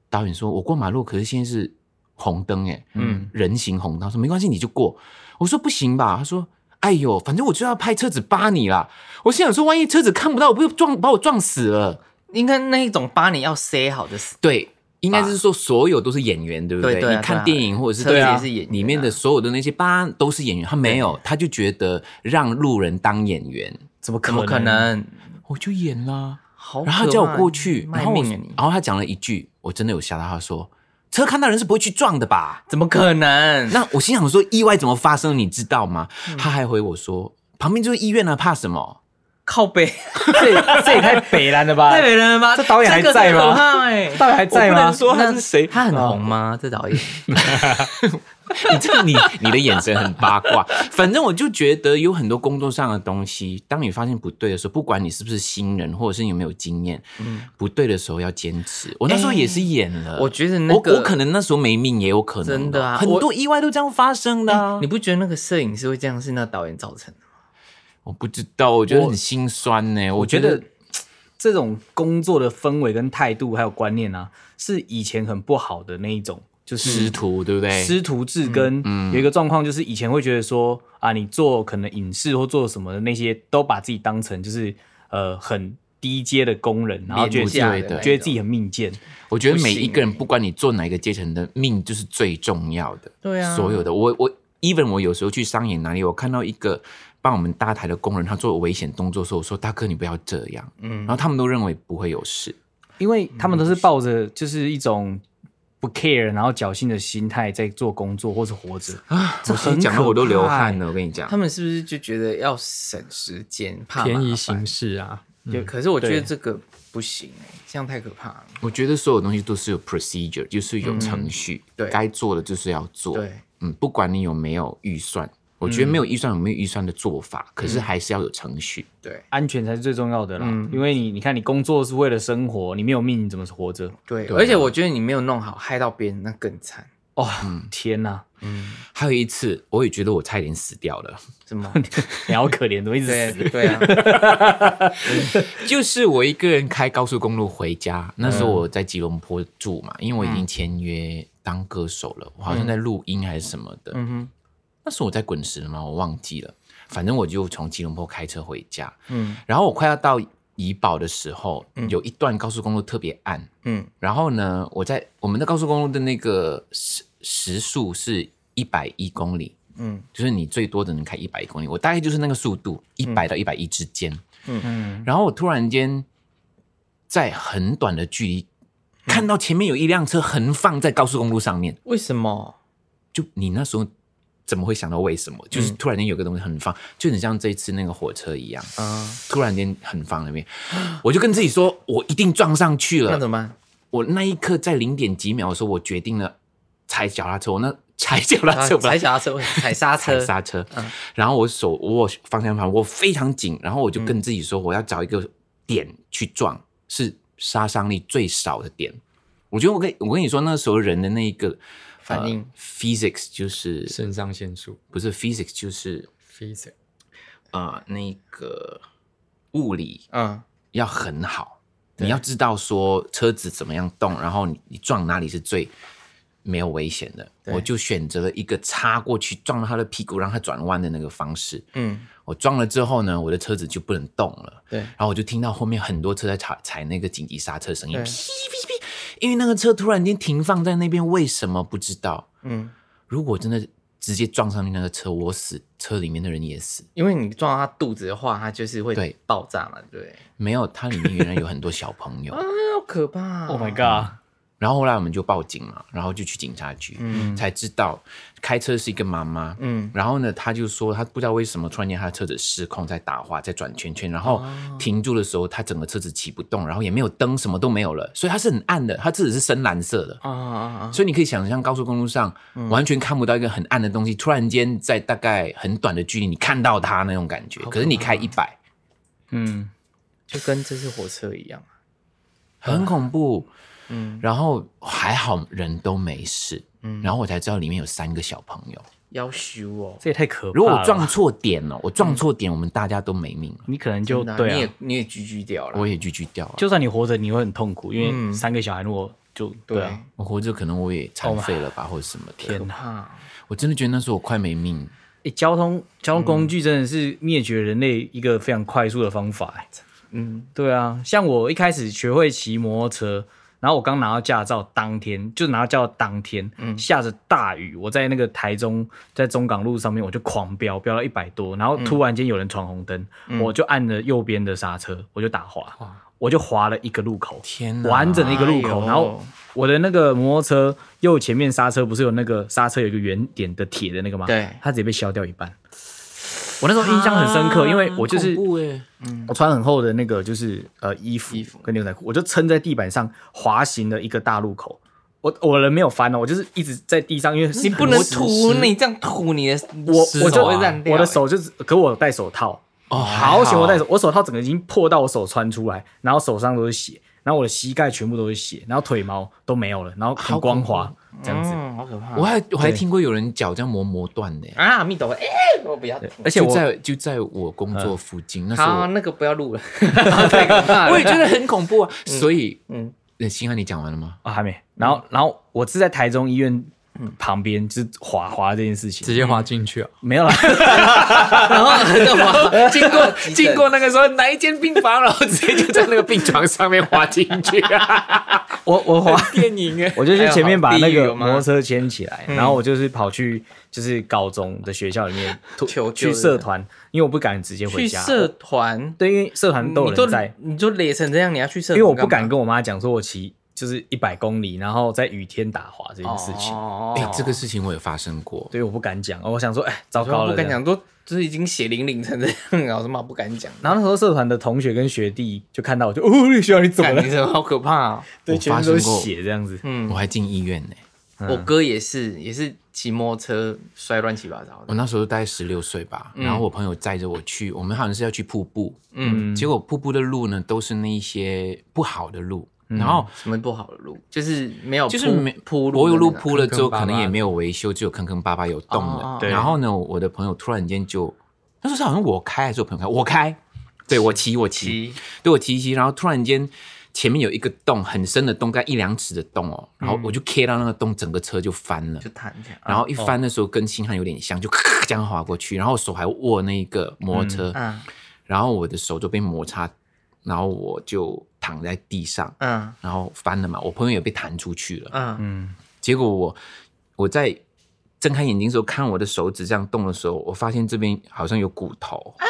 Speaker 2: 导演说：“我过马路，可是现在是红灯哎、
Speaker 4: 嗯，
Speaker 2: 人行红灯，他说没关系，你就过。我说不行吧，他说哎呦，反正我就要拍车子扒你啦。我心想说，万一车子看不到，我不就撞把我撞死了？
Speaker 4: 应该那一种把你要塞好的死，
Speaker 2: 对，应该是说所有都是演员，对不对？
Speaker 4: 对对啊
Speaker 2: 你看电影或者是
Speaker 4: 车子
Speaker 2: 对
Speaker 4: 也
Speaker 2: 啊
Speaker 4: 是演员啊
Speaker 2: 里面的所有的那些扒都是演员，他没有，他就觉得让路人当演员，
Speaker 5: 怎么
Speaker 4: 怎么可？能？
Speaker 2: 我就演啦。
Speaker 4: 好可怕，
Speaker 2: 然后他叫我过去，然
Speaker 4: 卖
Speaker 2: 后我
Speaker 4: 命啊你！
Speaker 2: 然后他讲了一句，我真的有吓到，他说车看到人是不会去撞的吧？
Speaker 4: 怎么可能？
Speaker 2: 那我心想说，意外怎么发生？你知道吗？
Speaker 4: 嗯
Speaker 2: 他还回我说，旁边就是医院啊，怕什么？
Speaker 4: 靠北， (laughs)
Speaker 5: 这这也太 (laughs) 北蓝了吧？
Speaker 4: 太没人了吧？
Speaker 5: 这导演还
Speaker 4: 个
Speaker 5: 在吗
Speaker 4: 很可怕哎，
Speaker 5: 到底还在吗？
Speaker 2: 说他是谁？
Speaker 4: 他很哦红吗？这导演
Speaker 2: 你 (laughs) 这你你的眼神很八卦。 (laughs) 反正我就觉得有很多工作上的东西，当你发现不对的时候，不管你是不是新人，或者是你有没有经验，不对的时候要坚持。我那时候也是演了，
Speaker 4: 嗯哎我觉得那个
Speaker 2: 我我可能那时候没命，也有可能
Speaker 4: 真的啊
Speaker 2: 很
Speaker 4: 我哎
Speaker 2: 多意外都这样发生的啊、
Speaker 4: (laughs) 你不觉得那个摄影师会这样是那导演造成的？
Speaker 2: 我不知道，我觉得很心酸呢、我
Speaker 5: 我觉
Speaker 2: 觉
Speaker 5: 得
Speaker 2: 得。
Speaker 5: 这种工作的氛围跟态度还有观念啊，是以前很不好的那一种，就是
Speaker 2: 师徒对不嗯对？嗯
Speaker 5: 师徒制跟有一个状况，就是以前会觉得说啊，你做可能影视或做什么的那些，都把自己当成就是呃很低阶的工人，然后觉得自己啊
Speaker 4: 廉
Speaker 2: 对
Speaker 4: 价的那
Speaker 2: 的
Speaker 4: 种
Speaker 5: 觉得自己很命贱。
Speaker 2: 我觉得每
Speaker 4: 不
Speaker 2: 一
Speaker 4: 行
Speaker 2: 个人，
Speaker 4: 欸
Speaker 2: 不管你做哪一个阶层的命，就是最重要的。
Speaker 4: 对啊
Speaker 2: 所有的我我 even 我有时候去商演哪里，我看到一个帮我们搭台的工人，他做危险动作的时候，我说大哥你不要这样，
Speaker 4: 嗯
Speaker 2: 然后他们都认为不会有事。
Speaker 5: 因为他们都是抱着就是一种不 care，然后侥幸的心态在做工作或是活着。
Speaker 4: 啊
Speaker 2: 我
Speaker 5: 很
Speaker 2: 心里讲的我都
Speaker 5: 可怕
Speaker 2: 流
Speaker 5: 欸
Speaker 2: 汗了，我跟你讲
Speaker 4: 他。们是不是就觉得要省时间，怕
Speaker 3: 便
Speaker 4: 麻
Speaker 3: 宜
Speaker 4: 烦
Speaker 3: 行？事啊，
Speaker 4: 就可是我觉得
Speaker 5: 对
Speaker 4: 这个不行哎，这样太可怕了。
Speaker 2: 我觉得所有东西都是有 procedure，就是有程序，
Speaker 4: 嗯对
Speaker 2: 该做的就是要做。
Speaker 4: 对，嗯
Speaker 2: 嗯，不管你有没有预算，我觉得没有预算有没有预算的做法，可是还是要有程序。
Speaker 4: 对
Speaker 5: 安全才是最重要的啦，
Speaker 4: 嗯
Speaker 5: 因为你你看，你工作是为了生活，你没有命，你怎么活着？
Speaker 4: 对，
Speaker 2: 对啊
Speaker 4: 而且我觉得你没有弄好，害到别人那更惨。
Speaker 5: 哦，天哪、
Speaker 2: 还有一次，我也觉得我差点死掉了。
Speaker 4: 什么？
Speaker 5: 你好可怜，怎么一直
Speaker 4: 对
Speaker 5: 死？
Speaker 4: 对
Speaker 5: (laughs)
Speaker 4: 啊，
Speaker 2: (laughs) 就是我一个人开高速公路回家，那时候我在吉隆坡住嘛，因为我已经签约当歌手了，我好像在录音还是什么的。
Speaker 4: 嗯
Speaker 2: 那时候我在滚石了吗？我忘记了，反正我就从吉隆坡开车回家，
Speaker 4: 哼，嗯
Speaker 2: 然后我快要到怡保的时候，有一段高速公路特别暗，
Speaker 4: 嗯
Speaker 2: 然后呢，我在我们的高速公路的那个时时速是一百一公里，
Speaker 4: 嗯
Speaker 2: 就是你最多只能开一百公里，我大概就是那个速度，一百到一百一之间。
Speaker 4: 嗯
Speaker 2: 然后我突然间在很短的距离
Speaker 4: 嗯
Speaker 2: 看到前面有一辆车横放在高速公路上面，
Speaker 4: 为什么？
Speaker 2: 就你那时候怎么会想到为什么？就是突然间有个东西很放，就很像这一次那个火车一样，
Speaker 5: 啊
Speaker 4: 嗯，
Speaker 2: 突然间很放那边，我就跟自己说，我一定撞上去
Speaker 4: 那
Speaker 2: 了。
Speaker 4: 怎么
Speaker 5: (laughs)
Speaker 4: 办？
Speaker 2: 我那一刻在零点几秒的时候，我决定了踩脚踏车，我那踩脚踏车，
Speaker 4: 啊踩脚踏
Speaker 5: (laughs)
Speaker 4: 车，踩刹
Speaker 2: 踩
Speaker 4: 车，嗯
Speaker 2: 刹车，然后我手握方向盘，我非常紧，然后
Speaker 4: 嗯
Speaker 2: 我就跟自己说，我要找一个点去撞，是杀伤力最少的点。我觉得我跟我跟你说，那时候人的那一个
Speaker 4: 反应
Speaker 2: 呃 physics 就是
Speaker 3: 肾上腺素
Speaker 2: 不是 physics 就是
Speaker 3: physics
Speaker 2: 呃那个物理
Speaker 4: 嗯，
Speaker 2: 要很好，你要知道说车子怎么样动，然后你你撞哪里是最没有危险的。
Speaker 4: 对
Speaker 2: 我就选择了一个插过去撞到他的屁股，让他转弯的那个方式。
Speaker 4: 嗯，
Speaker 2: 我撞了之后呢，我的车子就不能动了。
Speaker 4: 对
Speaker 2: 然后我就听到后面很多车在踩踩那个紧急刹车声音，
Speaker 4: 对
Speaker 2: 噼噼噼，因为那个车突然间停放在那边，为什么不知道？
Speaker 4: 嗯，
Speaker 2: 如果真的直接撞上去那个车，我死，车里面的人也死。
Speaker 4: 因为你撞到他肚子的话，他就是会
Speaker 2: 对
Speaker 4: 爆炸嘛，对不对？
Speaker 2: 没有，它里面原来有很多小朋
Speaker 4: (laughs)
Speaker 2: 友。
Speaker 4: 好可怕啊
Speaker 5: ，Oh my god！
Speaker 2: 然后后来我们就报警嘛，然后就去警察局，才知道开车是一个妈妈，
Speaker 4: 嗯
Speaker 2: 然后呢，她就说她不知道为什么突然间她的车子失控，在打滑，在转圈圈，然后停住的时候，她整个车子起不动，然后也没有灯，什么都没有了，所以它是很暗的，它车子是深蓝色的，
Speaker 4: 啊啊啊！
Speaker 2: 所以你可以想象高速公路上完全看不到一个很暗的东西，突然间在大概很短的距离你看到它那种感觉，可是你开一百，
Speaker 5: 嗯，
Speaker 4: 就跟这次火车一样，啊
Speaker 2: 很恐怖。
Speaker 4: 嗯，
Speaker 2: 然后还好人都没事，
Speaker 4: 嗯
Speaker 2: 然后我才知道里面有三个小朋友。
Speaker 4: 要修哦。
Speaker 5: 这也太可怕了。
Speaker 2: 如果我撞错点了，我撞错点，我们大家都没命了，
Speaker 5: 你，可能
Speaker 4: 真
Speaker 5: 就
Speaker 4: 的啊你
Speaker 5: 对啊
Speaker 4: 也，你也居居掉了，
Speaker 2: 我也拒绝掉了。
Speaker 5: 就算你活着，你会很痛苦，因
Speaker 4: 嗯
Speaker 5: 为三个小孩如果就对
Speaker 4: 对
Speaker 5: 啊，，
Speaker 2: 我活哦着可能我也残废了吧，或者什么的。
Speaker 5: 天哪！
Speaker 4: 怕
Speaker 2: 我真的觉得那时候我快没命。
Speaker 5: 诶交通交通工具真的是灭绝人类一个非常快速的方法、诶
Speaker 4: 嗯，
Speaker 5: 对啊，像我一开始学会骑摩托车，然后我刚拿到驾照当天，就拿到驾照当天，
Speaker 4: 嗯
Speaker 5: 下着大雨，我在那个台中，在中港路上面，我就狂飙，飙到一百多，然后突然间有人闯红灯，
Speaker 4: 嗯
Speaker 5: 我就按了右边的刹车，我就打滑，我就滑了一个路口，
Speaker 2: 天哪！
Speaker 5: 完整的一个路口，
Speaker 4: 哎呦
Speaker 5: 然后我的那个摩托车右前面刹车不是有那个刹车有一个圆点的铁的那个吗？
Speaker 4: 对
Speaker 5: 它直接被削掉一半。我那时候印象啊很深
Speaker 4: 啊
Speaker 5: 刻，因为我就是我穿很厚的那个就是呃衣服
Speaker 4: 衣服
Speaker 5: 跟牛仔裤，我就撑在地板上滑行的一个大路口。我我人没有翻哦，我就是一直在地上，因为
Speaker 4: 你
Speaker 5: 你
Speaker 4: 不能涂，你这样涂你的
Speaker 5: 我我就
Speaker 4: 手会烂掉，欸
Speaker 5: 我的手就是，可我有戴手套，
Speaker 2: 哦，
Speaker 5: 好险
Speaker 2: 险
Speaker 5: 我戴手，我手套整个已经破到我手穿出来，然后手上都是血，然后我的膝盖全部都是血，然后腿毛都没有了，然后很光滑这样子。
Speaker 4: 嗯，好可怕
Speaker 2: 我还我还听过有人脚这样磨磨断的耶，
Speaker 4: 啊！蜜豆，哎，我不要，
Speaker 5: 而且
Speaker 2: 就
Speaker 5: 我
Speaker 2: 在就在我工作附近，那时
Speaker 4: 好，
Speaker 2: 候
Speaker 4: 那个不要录
Speaker 5: (laughs)
Speaker 4: 了，太 (laughs) 可怕
Speaker 2: (laughs) 我我也
Speaker 4: 了。
Speaker 2: 觉得很恐怖啊。所以，
Speaker 4: 嗯
Speaker 2: 嗯，星汉，你讲完了吗？
Speaker 5: 啊还没，然后然后我是在台中医院
Speaker 4: 嗯
Speaker 5: 旁边，就是滑滑这件事
Speaker 3: 直
Speaker 5: 情
Speaker 3: 接滑进去啊！
Speaker 5: 没有啦。
Speaker 4: 然后 (laughs) 我经过
Speaker 2: (laughs) 经过那个说哪一间病房，然后直接就在那个病床上面滑进去啊！
Speaker 5: 我我滑
Speaker 2: 电影哎，
Speaker 5: 我就去前面把那
Speaker 4: 哎呦好地
Speaker 5: 个
Speaker 4: 狱哦妈嗯
Speaker 5: 摩托车牵起来，然后我就是跑去就是高中的学校里面
Speaker 4: 求救
Speaker 5: 去
Speaker 4: 的
Speaker 5: 社团，因为我不敢直接
Speaker 4: 去
Speaker 5: 回家。
Speaker 4: 社团，
Speaker 5: 对，因为社团
Speaker 4: 你
Speaker 5: 都有
Speaker 4: 都
Speaker 5: 人在，
Speaker 4: 你就累成这样，你要去社
Speaker 5: 因
Speaker 4: 团干
Speaker 5: 为
Speaker 4: 嘛，
Speaker 5: 我不敢跟我妈讲说我骑就是一百公里，然后在雨天打滑这件事情。
Speaker 4: 哦
Speaker 2: 哎，这个事情我有发生过。
Speaker 5: 对，我不敢讲。我想说，哎，糟
Speaker 4: 我说
Speaker 5: 糕
Speaker 4: 我
Speaker 5: 了。
Speaker 4: 不敢讲，都就是已经血淋淋成这样了，有什么好不敢讲？
Speaker 5: 然后那时候社团的同学跟学弟就看到我就，哦，学校你怎么
Speaker 4: 感
Speaker 5: 了
Speaker 4: 觉？什么好可怕哦！
Speaker 5: 对，
Speaker 2: 我
Speaker 5: 全
Speaker 2: 发
Speaker 5: 身都是
Speaker 2: 生过
Speaker 5: 血这样子。
Speaker 2: 我还进医院呢、
Speaker 4: 我哥也是，也是骑摩托车摔乱七八糟的
Speaker 5: 哦
Speaker 2: 我。那时候大概十六岁吧，然后我朋友载着我去，我们好像是要去瀑布，
Speaker 4: 嗯
Speaker 2: 嗯，结果瀑布的路呢都是那一些不好的路，然后
Speaker 4: 什么不好的路，就是没有
Speaker 2: 就是
Speaker 4: 铺
Speaker 2: 没
Speaker 4: 铺路，
Speaker 2: 柏油路铺了之后，
Speaker 3: 坑坑巴
Speaker 2: 可
Speaker 3: 巴
Speaker 2: 能也没有维修，只有坑坑巴巴有洞
Speaker 4: 哦哦哦
Speaker 2: 的。然后呢，我的朋友突然间就，那时候是好像我开还是我朋友开，我开，对我骑我骑
Speaker 4: 骑，
Speaker 2: 对我骑一骑，然后突然间。前面有一个洞，很深的洞，大概一两尺的洞哦，然后我就 K 到那个洞，整个车就翻了
Speaker 4: 就，弹起来。
Speaker 2: 然后一翻的时候跟星汉有点像，就这样滑过去，然后手还握那个摩托车，
Speaker 4: 嗯
Speaker 2: 然后我的手就被摩擦，然后我就躺在地上，
Speaker 4: 嗯
Speaker 2: 然后翻了嘛，我朋友也被弹出去了，
Speaker 4: 嗯
Speaker 2: 结果我我在睁开眼睛的时候看我的手指这样动的时候，我发现这边好像有骨头，
Speaker 4: 好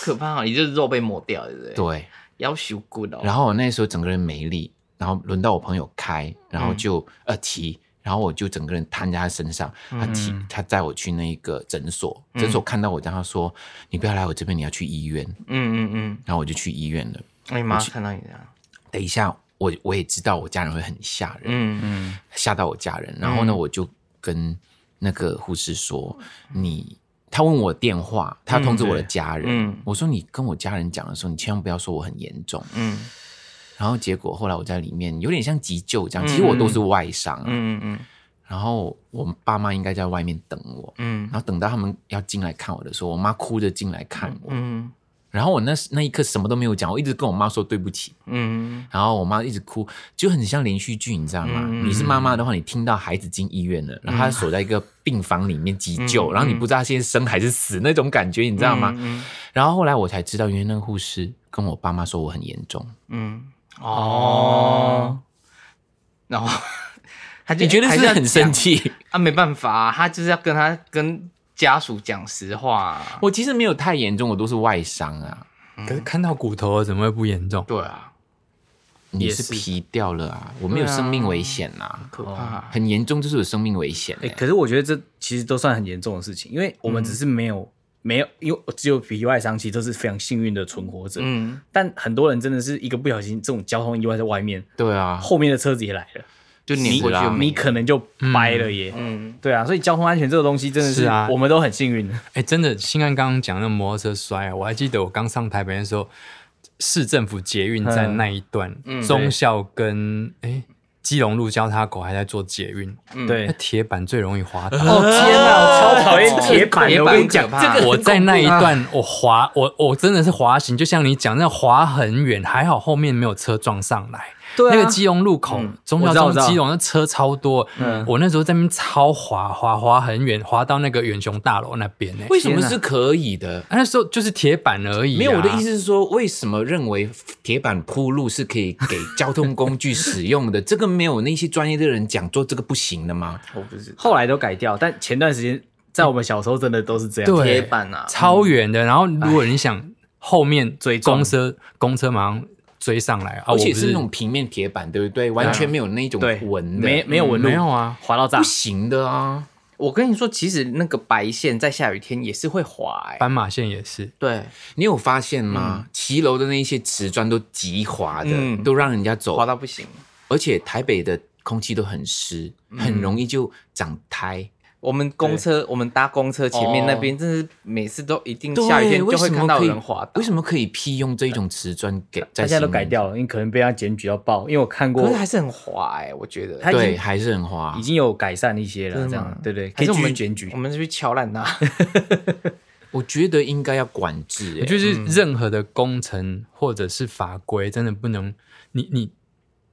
Speaker 4: 可怕哦！也就是肉被磨掉，对不对？，
Speaker 2: 对，
Speaker 4: 要修骨哦。
Speaker 2: 然后我那时候整个人没力，然后轮到我朋友开，然
Speaker 4: 嗯
Speaker 2: 后就、呃提，然后我就整个人瘫在他身上，他提
Speaker 4: 嗯
Speaker 2: 他载我去那个诊所，诊所看到我，然后他说你不要来我这边，你要去医院，
Speaker 4: 嗯嗯嗯，
Speaker 2: 然后我就去医院了。
Speaker 4: 哎、妈看到你这样，
Speaker 2: 等一下，我我也知道我家人会很吓人，
Speaker 4: 嗯嗯
Speaker 2: 吓到我家人。然后呢，我就跟那个护士说：“你。”他问我电话，他通知我的家人。
Speaker 4: 嗯
Speaker 2: 我说：“你跟我家人讲的时候，你千万不要说我很严重。
Speaker 4: 嗯”
Speaker 2: 然后结果后来我在里面有点像急救这样，其实我都是外伤、啊。
Speaker 4: 嗯嗯
Speaker 2: 然后我爸妈应该在外面等我，
Speaker 4: 嗯
Speaker 2: 然后等到他们要进来看我的时候，我妈哭着进来看我。
Speaker 4: 嗯
Speaker 2: 然后我那那一刻什么都没有讲，我一直跟我妈说对不起，
Speaker 4: 嗯
Speaker 2: 然后我妈一直哭，就很像连续剧，你知道吗？
Speaker 4: 嗯
Speaker 2: 你是妈妈的话，你听到孩子进医院了，然后他守在一个病房里面急救，然后你不知道他现在生还是死那种感觉，你知道吗？
Speaker 4: 嗯
Speaker 2: 然后后来我才知道，原来那个护士跟我爸妈说我很严重。
Speaker 4: 嗯，哦，然后他就
Speaker 2: 你觉得
Speaker 4: 还
Speaker 2: 是
Speaker 4: 是
Speaker 2: 不是
Speaker 4: 要
Speaker 2: 很生
Speaker 4: 讲
Speaker 2: 气？
Speaker 4: 啊？没办法、啊，他就是要跟他跟家属讲实话啊、
Speaker 2: 我其实没有太严重，我都是外伤啊，
Speaker 3: 可是看到骨头了怎么会不严重？
Speaker 4: 对啊，
Speaker 2: 你
Speaker 5: 也
Speaker 2: 是
Speaker 5: 是
Speaker 2: 皮掉了啊，我没有
Speaker 4: 对啊
Speaker 2: 生命危险啊，
Speaker 4: 可怕。
Speaker 2: 很严重就是有生命危险、
Speaker 5: 哎、
Speaker 2: 欸。
Speaker 5: 可是我觉得这其实都算很严重的事情，因为我们只是没有、没有，因为只有皮外伤，其实都是非常幸运的存活者。
Speaker 4: 嗯，
Speaker 5: 但很多人真的是一个不小心，这种交通意外在外面，
Speaker 2: 对啊，
Speaker 5: 后面的车子也来了，
Speaker 4: 就
Speaker 2: 碾
Speaker 4: 碾
Speaker 2: 过
Speaker 4: 过
Speaker 2: 去
Speaker 4: 去
Speaker 2: 就
Speaker 5: 你可能就掰了耶。
Speaker 4: 嗯
Speaker 5: 对啊，所以交通安全这个东西真的
Speaker 3: 是
Speaker 5: 是
Speaker 3: 啊
Speaker 5: 我们都很幸运的。
Speaker 3: 哎，真的，新安刚刚讲那摩托车摔啊，我还记得我刚上台北的时候，市政府捷运
Speaker 5: 嗯
Speaker 3: 站那一段，忠孝跟哎基隆路交叉口还在做捷运，
Speaker 5: 对
Speaker 3: 那，铁板最容易滑倒。
Speaker 5: 天哪，我超讨厌铁板
Speaker 4: 铁
Speaker 5: 的，
Speaker 4: 板
Speaker 5: 我跟你
Speaker 4: 很
Speaker 5: 讲
Speaker 4: 可，怕
Speaker 5: 哦这个
Speaker 3: 我在那一
Speaker 5: 啊
Speaker 3: 段，我滑，我我真的是滑行，就像你讲，那滑很远，还好后面没有车撞上来。
Speaker 5: (laughs) 对啊
Speaker 3: 那个基隆路口，中
Speaker 5: 我
Speaker 3: 校
Speaker 5: 知道
Speaker 3: 中
Speaker 5: 我知道嗯
Speaker 3: 基隆那车超多，我那时候在那边超滑滑滑很远，滑到那个远雄大楼那边呢、
Speaker 2: 为什么
Speaker 5: 天啊
Speaker 2: 是可以的？
Speaker 3: 啊那时候就是铁板而已、啊
Speaker 2: 没有，我的意
Speaker 3: 思。
Speaker 2: 思是说，为什么认为铁板铺路是可以给交通工具使用的？这 (laughs) 个没有那些专业的人讲做这个不行的吗？
Speaker 4: 我不知道
Speaker 5: 后来都改掉，但前段时间在我们小时候真的都是这样。
Speaker 3: 对
Speaker 4: 铁板啊，
Speaker 3: 超远
Speaker 2: 嗯
Speaker 3: 的。然后如果你想后面
Speaker 5: 追撞
Speaker 3: 公车，公车马上追上来啊，
Speaker 2: 而且
Speaker 3: 我不
Speaker 2: 是那种平面铁板，对不对？完全没有那种
Speaker 5: 啊对，
Speaker 2: 纹的，嗯
Speaker 5: 没没有纹路，
Speaker 3: 没有啊，
Speaker 5: 滑到炸
Speaker 2: 不。行的啊！
Speaker 4: 我跟你说，其实那个白线在下雨天也是会滑、欸，
Speaker 3: 斑马线也是，
Speaker 4: 对，
Speaker 2: 你有发现吗？骑楼的那些瓷砖都极滑的，
Speaker 4: 嗯
Speaker 2: 都让人家走
Speaker 4: 滑，到不行。
Speaker 2: 而且台北的空气都很湿，很容易就长苔。
Speaker 4: 我们公车，我们搭公车前面
Speaker 5: 哦
Speaker 4: 那边，真是每次都一定
Speaker 2: 对
Speaker 4: 下雨天
Speaker 2: 为
Speaker 4: 就会
Speaker 2: 什么
Speaker 4: 看到
Speaker 2: 可以
Speaker 4: 有人滑倒
Speaker 2: 为。什么可以辟用这种瓷砖给？
Speaker 5: 他
Speaker 2: 在
Speaker 5: 现在都
Speaker 2: 新
Speaker 5: 改
Speaker 2: 闻
Speaker 5: 掉了，你可能被他检举到爆，因为我看过
Speaker 4: 可是还是很滑哎、我觉得
Speaker 5: 他。
Speaker 2: 对，还是很滑
Speaker 5: 已。经有改善一些了，
Speaker 4: 啊真
Speaker 5: 这
Speaker 4: 的吗
Speaker 5: 样对对，可
Speaker 4: 还
Speaker 5: 以
Speaker 4: 是我
Speaker 5: 继续
Speaker 4: 们
Speaker 5: 检举
Speaker 4: 我。们去敲烂它。 (laughs)
Speaker 2: 我觉得应该要管制、欸，
Speaker 3: 就是任何的工程或者是法规，真的不能你你。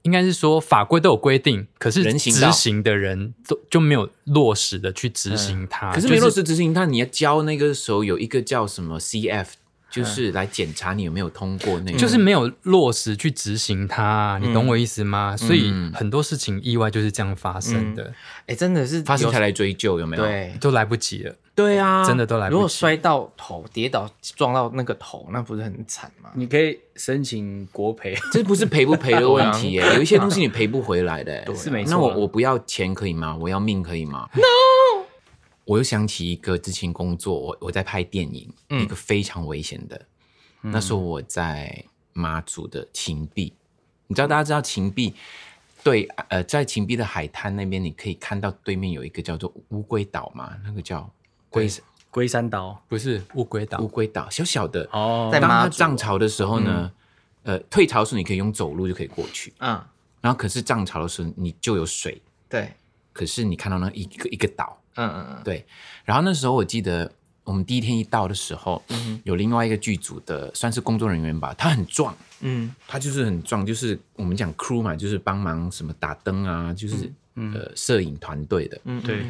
Speaker 3: 应该是说法规都有规定，可是
Speaker 2: 人行道
Speaker 3: 执行的人都就没有落实的去执行它。
Speaker 2: 欸嗯可是梅洛斯执行它，你要交那个时候有一个叫什么 CF，就是来检查你有没有通过那个，
Speaker 3: 就是没有落实去执行它，
Speaker 2: 嗯
Speaker 3: 你懂我意思吗？所以很多事情意外就是这样发生的，
Speaker 2: 嗯
Speaker 4: 哎、真的是
Speaker 2: 发生
Speaker 4: 有
Speaker 2: 才来追究有没有？
Speaker 4: 对。欸
Speaker 3: 都来不及了，
Speaker 2: 对啊，
Speaker 3: 真的都来不及。
Speaker 4: 如果摔到头、跌倒、撞到那个头，那不是很惨吗？
Speaker 5: 你可以申请国赔，
Speaker 2: 这不是赔不赔的问题、
Speaker 3: 啊
Speaker 2: 欸，有一些东西你赔不回来的、欸，
Speaker 5: 是没错啊
Speaker 2: 那我我不要钱可以吗？我要命可以
Speaker 3: (laughs)
Speaker 2: 吗？No。我又想起一个之前工作，我我在拍电影，
Speaker 3: 嗯
Speaker 2: 一个非常危险的。那时候我在马祖的芹壁，你知道大家知道芹壁对呃，在芹壁的海滩那边，你可以看到对面有一个叫做乌龟岛嘛，那个叫龟
Speaker 5: 龟
Speaker 4: (laughs)
Speaker 5: 山岛
Speaker 3: 不是乌龟岛
Speaker 2: 乌，龟岛，小小的。
Speaker 5: 哦
Speaker 4: 在
Speaker 2: 当
Speaker 4: 马
Speaker 2: 它
Speaker 4: 祖
Speaker 2: 涨潮的时候呢，呃，退潮的时候你可以用走路就可以过去。
Speaker 4: 嗯，
Speaker 2: 然后可是涨潮的时候你就有水，
Speaker 4: 对，
Speaker 2: 可是你看到那一个一个岛，
Speaker 4: 嗯嗯
Speaker 2: 对。然后那时候我记得我们第一天一到的时候，有另外一个剧组的算是工作人员吧，他很壮，
Speaker 4: 嗯
Speaker 2: 他就是很壮，就是我们讲 crew 嘛，就是帮忙什么打灯啊，就是、
Speaker 4: 嗯
Speaker 2: 呃摄影团队的。
Speaker 4: 嗯，嗯
Speaker 5: 对，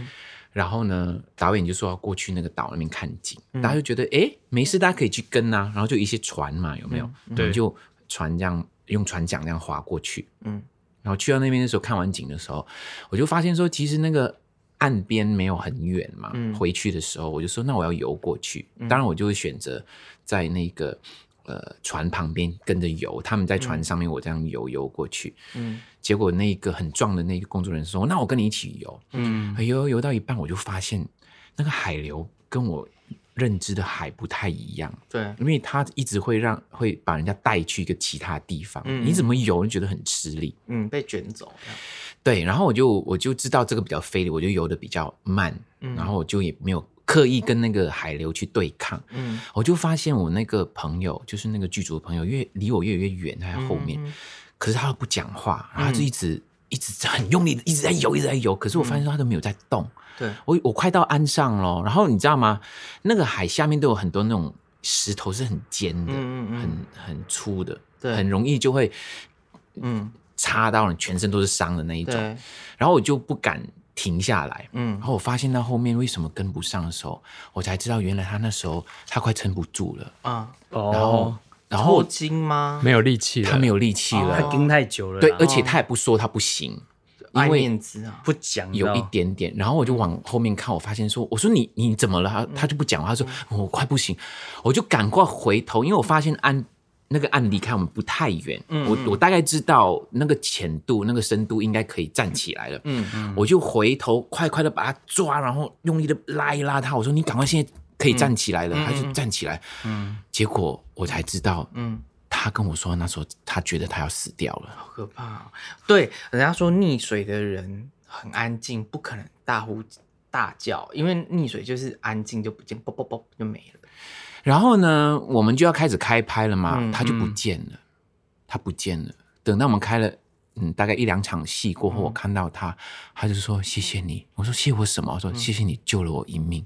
Speaker 2: 然后呢，导演就说要过去那个岛那边看景，大家就觉得哎没事，大家可以去跟啊。然后就一些船嘛，有没有？我们就船这样用船桨这样划过去。
Speaker 4: 嗯
Speaker 2: 然后去到那边的时候，看完景的时候，我就发现说，其实那个岸边没有很远嘛。
Speaker 4: 嗯
Speaker 2: 回去的时候，我就说那我要游过去。当然，我就会选择在那个呃船旁边跟着游，他们在船上面，我这样游游过去，嗯，结果那个很壮的那个工作人员说，那我跟你一起游，
Speaker 1: 嗯
Speaker 2: 游哎游游到一半，我就发现那个海流跟我认知的海不太一样，
Speaker 4: 对，
Speaker 2: 因为它一直会让会把人家带去一个其他地方，
Speaker 4: 嗯
Speaker 2: 你怎么游就觉得很吃力，
Speaker 4: 嗯，被卷走这样，
Speaker 2: 对，然后我就我就知道这个比较费力，我就游的比较慢，
Speaker 4: 嗯
Speaker 2: 然后我就也没有刻意跟那个海流去对抗，
Speaker 4: 嗯，
Speaker 2: 我就发现我那个朋友，就是那个剧组的朋友，越离我越来越远，他在后
Speaker 4: 嗯
Speaker 2: 面，可是他都不讲话，然后他就一直、一直很用力的一直在游，一直在游，可是我发
Speaker 4: 嗯
Speaker 2: 现他都没有在动，
Speaker 4: 对，
Speaker 2: 我我快到岸上了，然后你知道吗？那个海下面都有很多那种石头是很尖的，
Speaker 4: 嗯嗯嗯
Speaker 2: 很很粗的，
Speaker 4: 对
Speaker 2: 很容易就会
Speaker 4: 嗯，
Speaker 2: 插到你全身都是伤的那一种。
Speaker 4: 对，
Speaker 2: 然后我就不敢停下来。
Speaker 4: 嗯
Speaker 2: 然，后我发现到后面为什么跟不上的时候，我才知道原来他那时候他快撑不住了，
Speaker 4: 啊，
Speaker 2: 然后、
Speaker 5: 哦，
Speaker 2: 然
Speaker 4: 抽
Speaker 2: 后
Speaker 4: 筋吗？
Speaker 3: 没有力气了，
Speaker 2: 他没有力气
Speaker 5: 他
Speaker 2: 了，
Speaker 4: 哦
Speaker 5: 盯太久了啦，
Speaker 2: 对，而且他也不说他不行，
Speaker 4: 爱
Speaker 2: 因为
Speaker 4: 面子啊，
Speaker 5: 不讲
Speaker 2: 有一
Speaker 5: 到
Speaker 2: 点点，然后我就
Speaker 4: 嗯
Speaker 2: 往后面看，我发现说，我说你你怎么了？他他就不讲话，他说
Speaker 4: 嗯
Speaker 2: 我快不行，我就赶快回头，因为我发现岸那个岸离开我们不太远，
Speaker 4: 嗯
Speaker 2: 我我大概知道那个浅度、那个深度应该可以站起来了，
Speaker 4: 嗯
Speaker 2: 我就回头快快的把他抓，然后用力的拉一拉他，我说你赶快现在可以站
Speaker 4: 嗯
Speaker 2: 起来了，他就站起来，嗯，结果我才知道，
Speaker 4: 嗯，
Speaker 2: 他跟我说那时候他觉得他要死掉了。
Speaker 4: 好可怕哦、对，人家说溺水的人很安静，不可能大呼大叫，因为溺水就是安静就不见，啵啵啵就没了。
Speaker 2: 然后呢，我们就要开始开拍了嘛，
Speaker 4: 嗯
Speaker 2: 他就不见了，他不见了。等到我们开了嗯大概一两场戏过后，我看到他，他就说谢谢你。我说谢我什么？我说谢谢你救了我一命。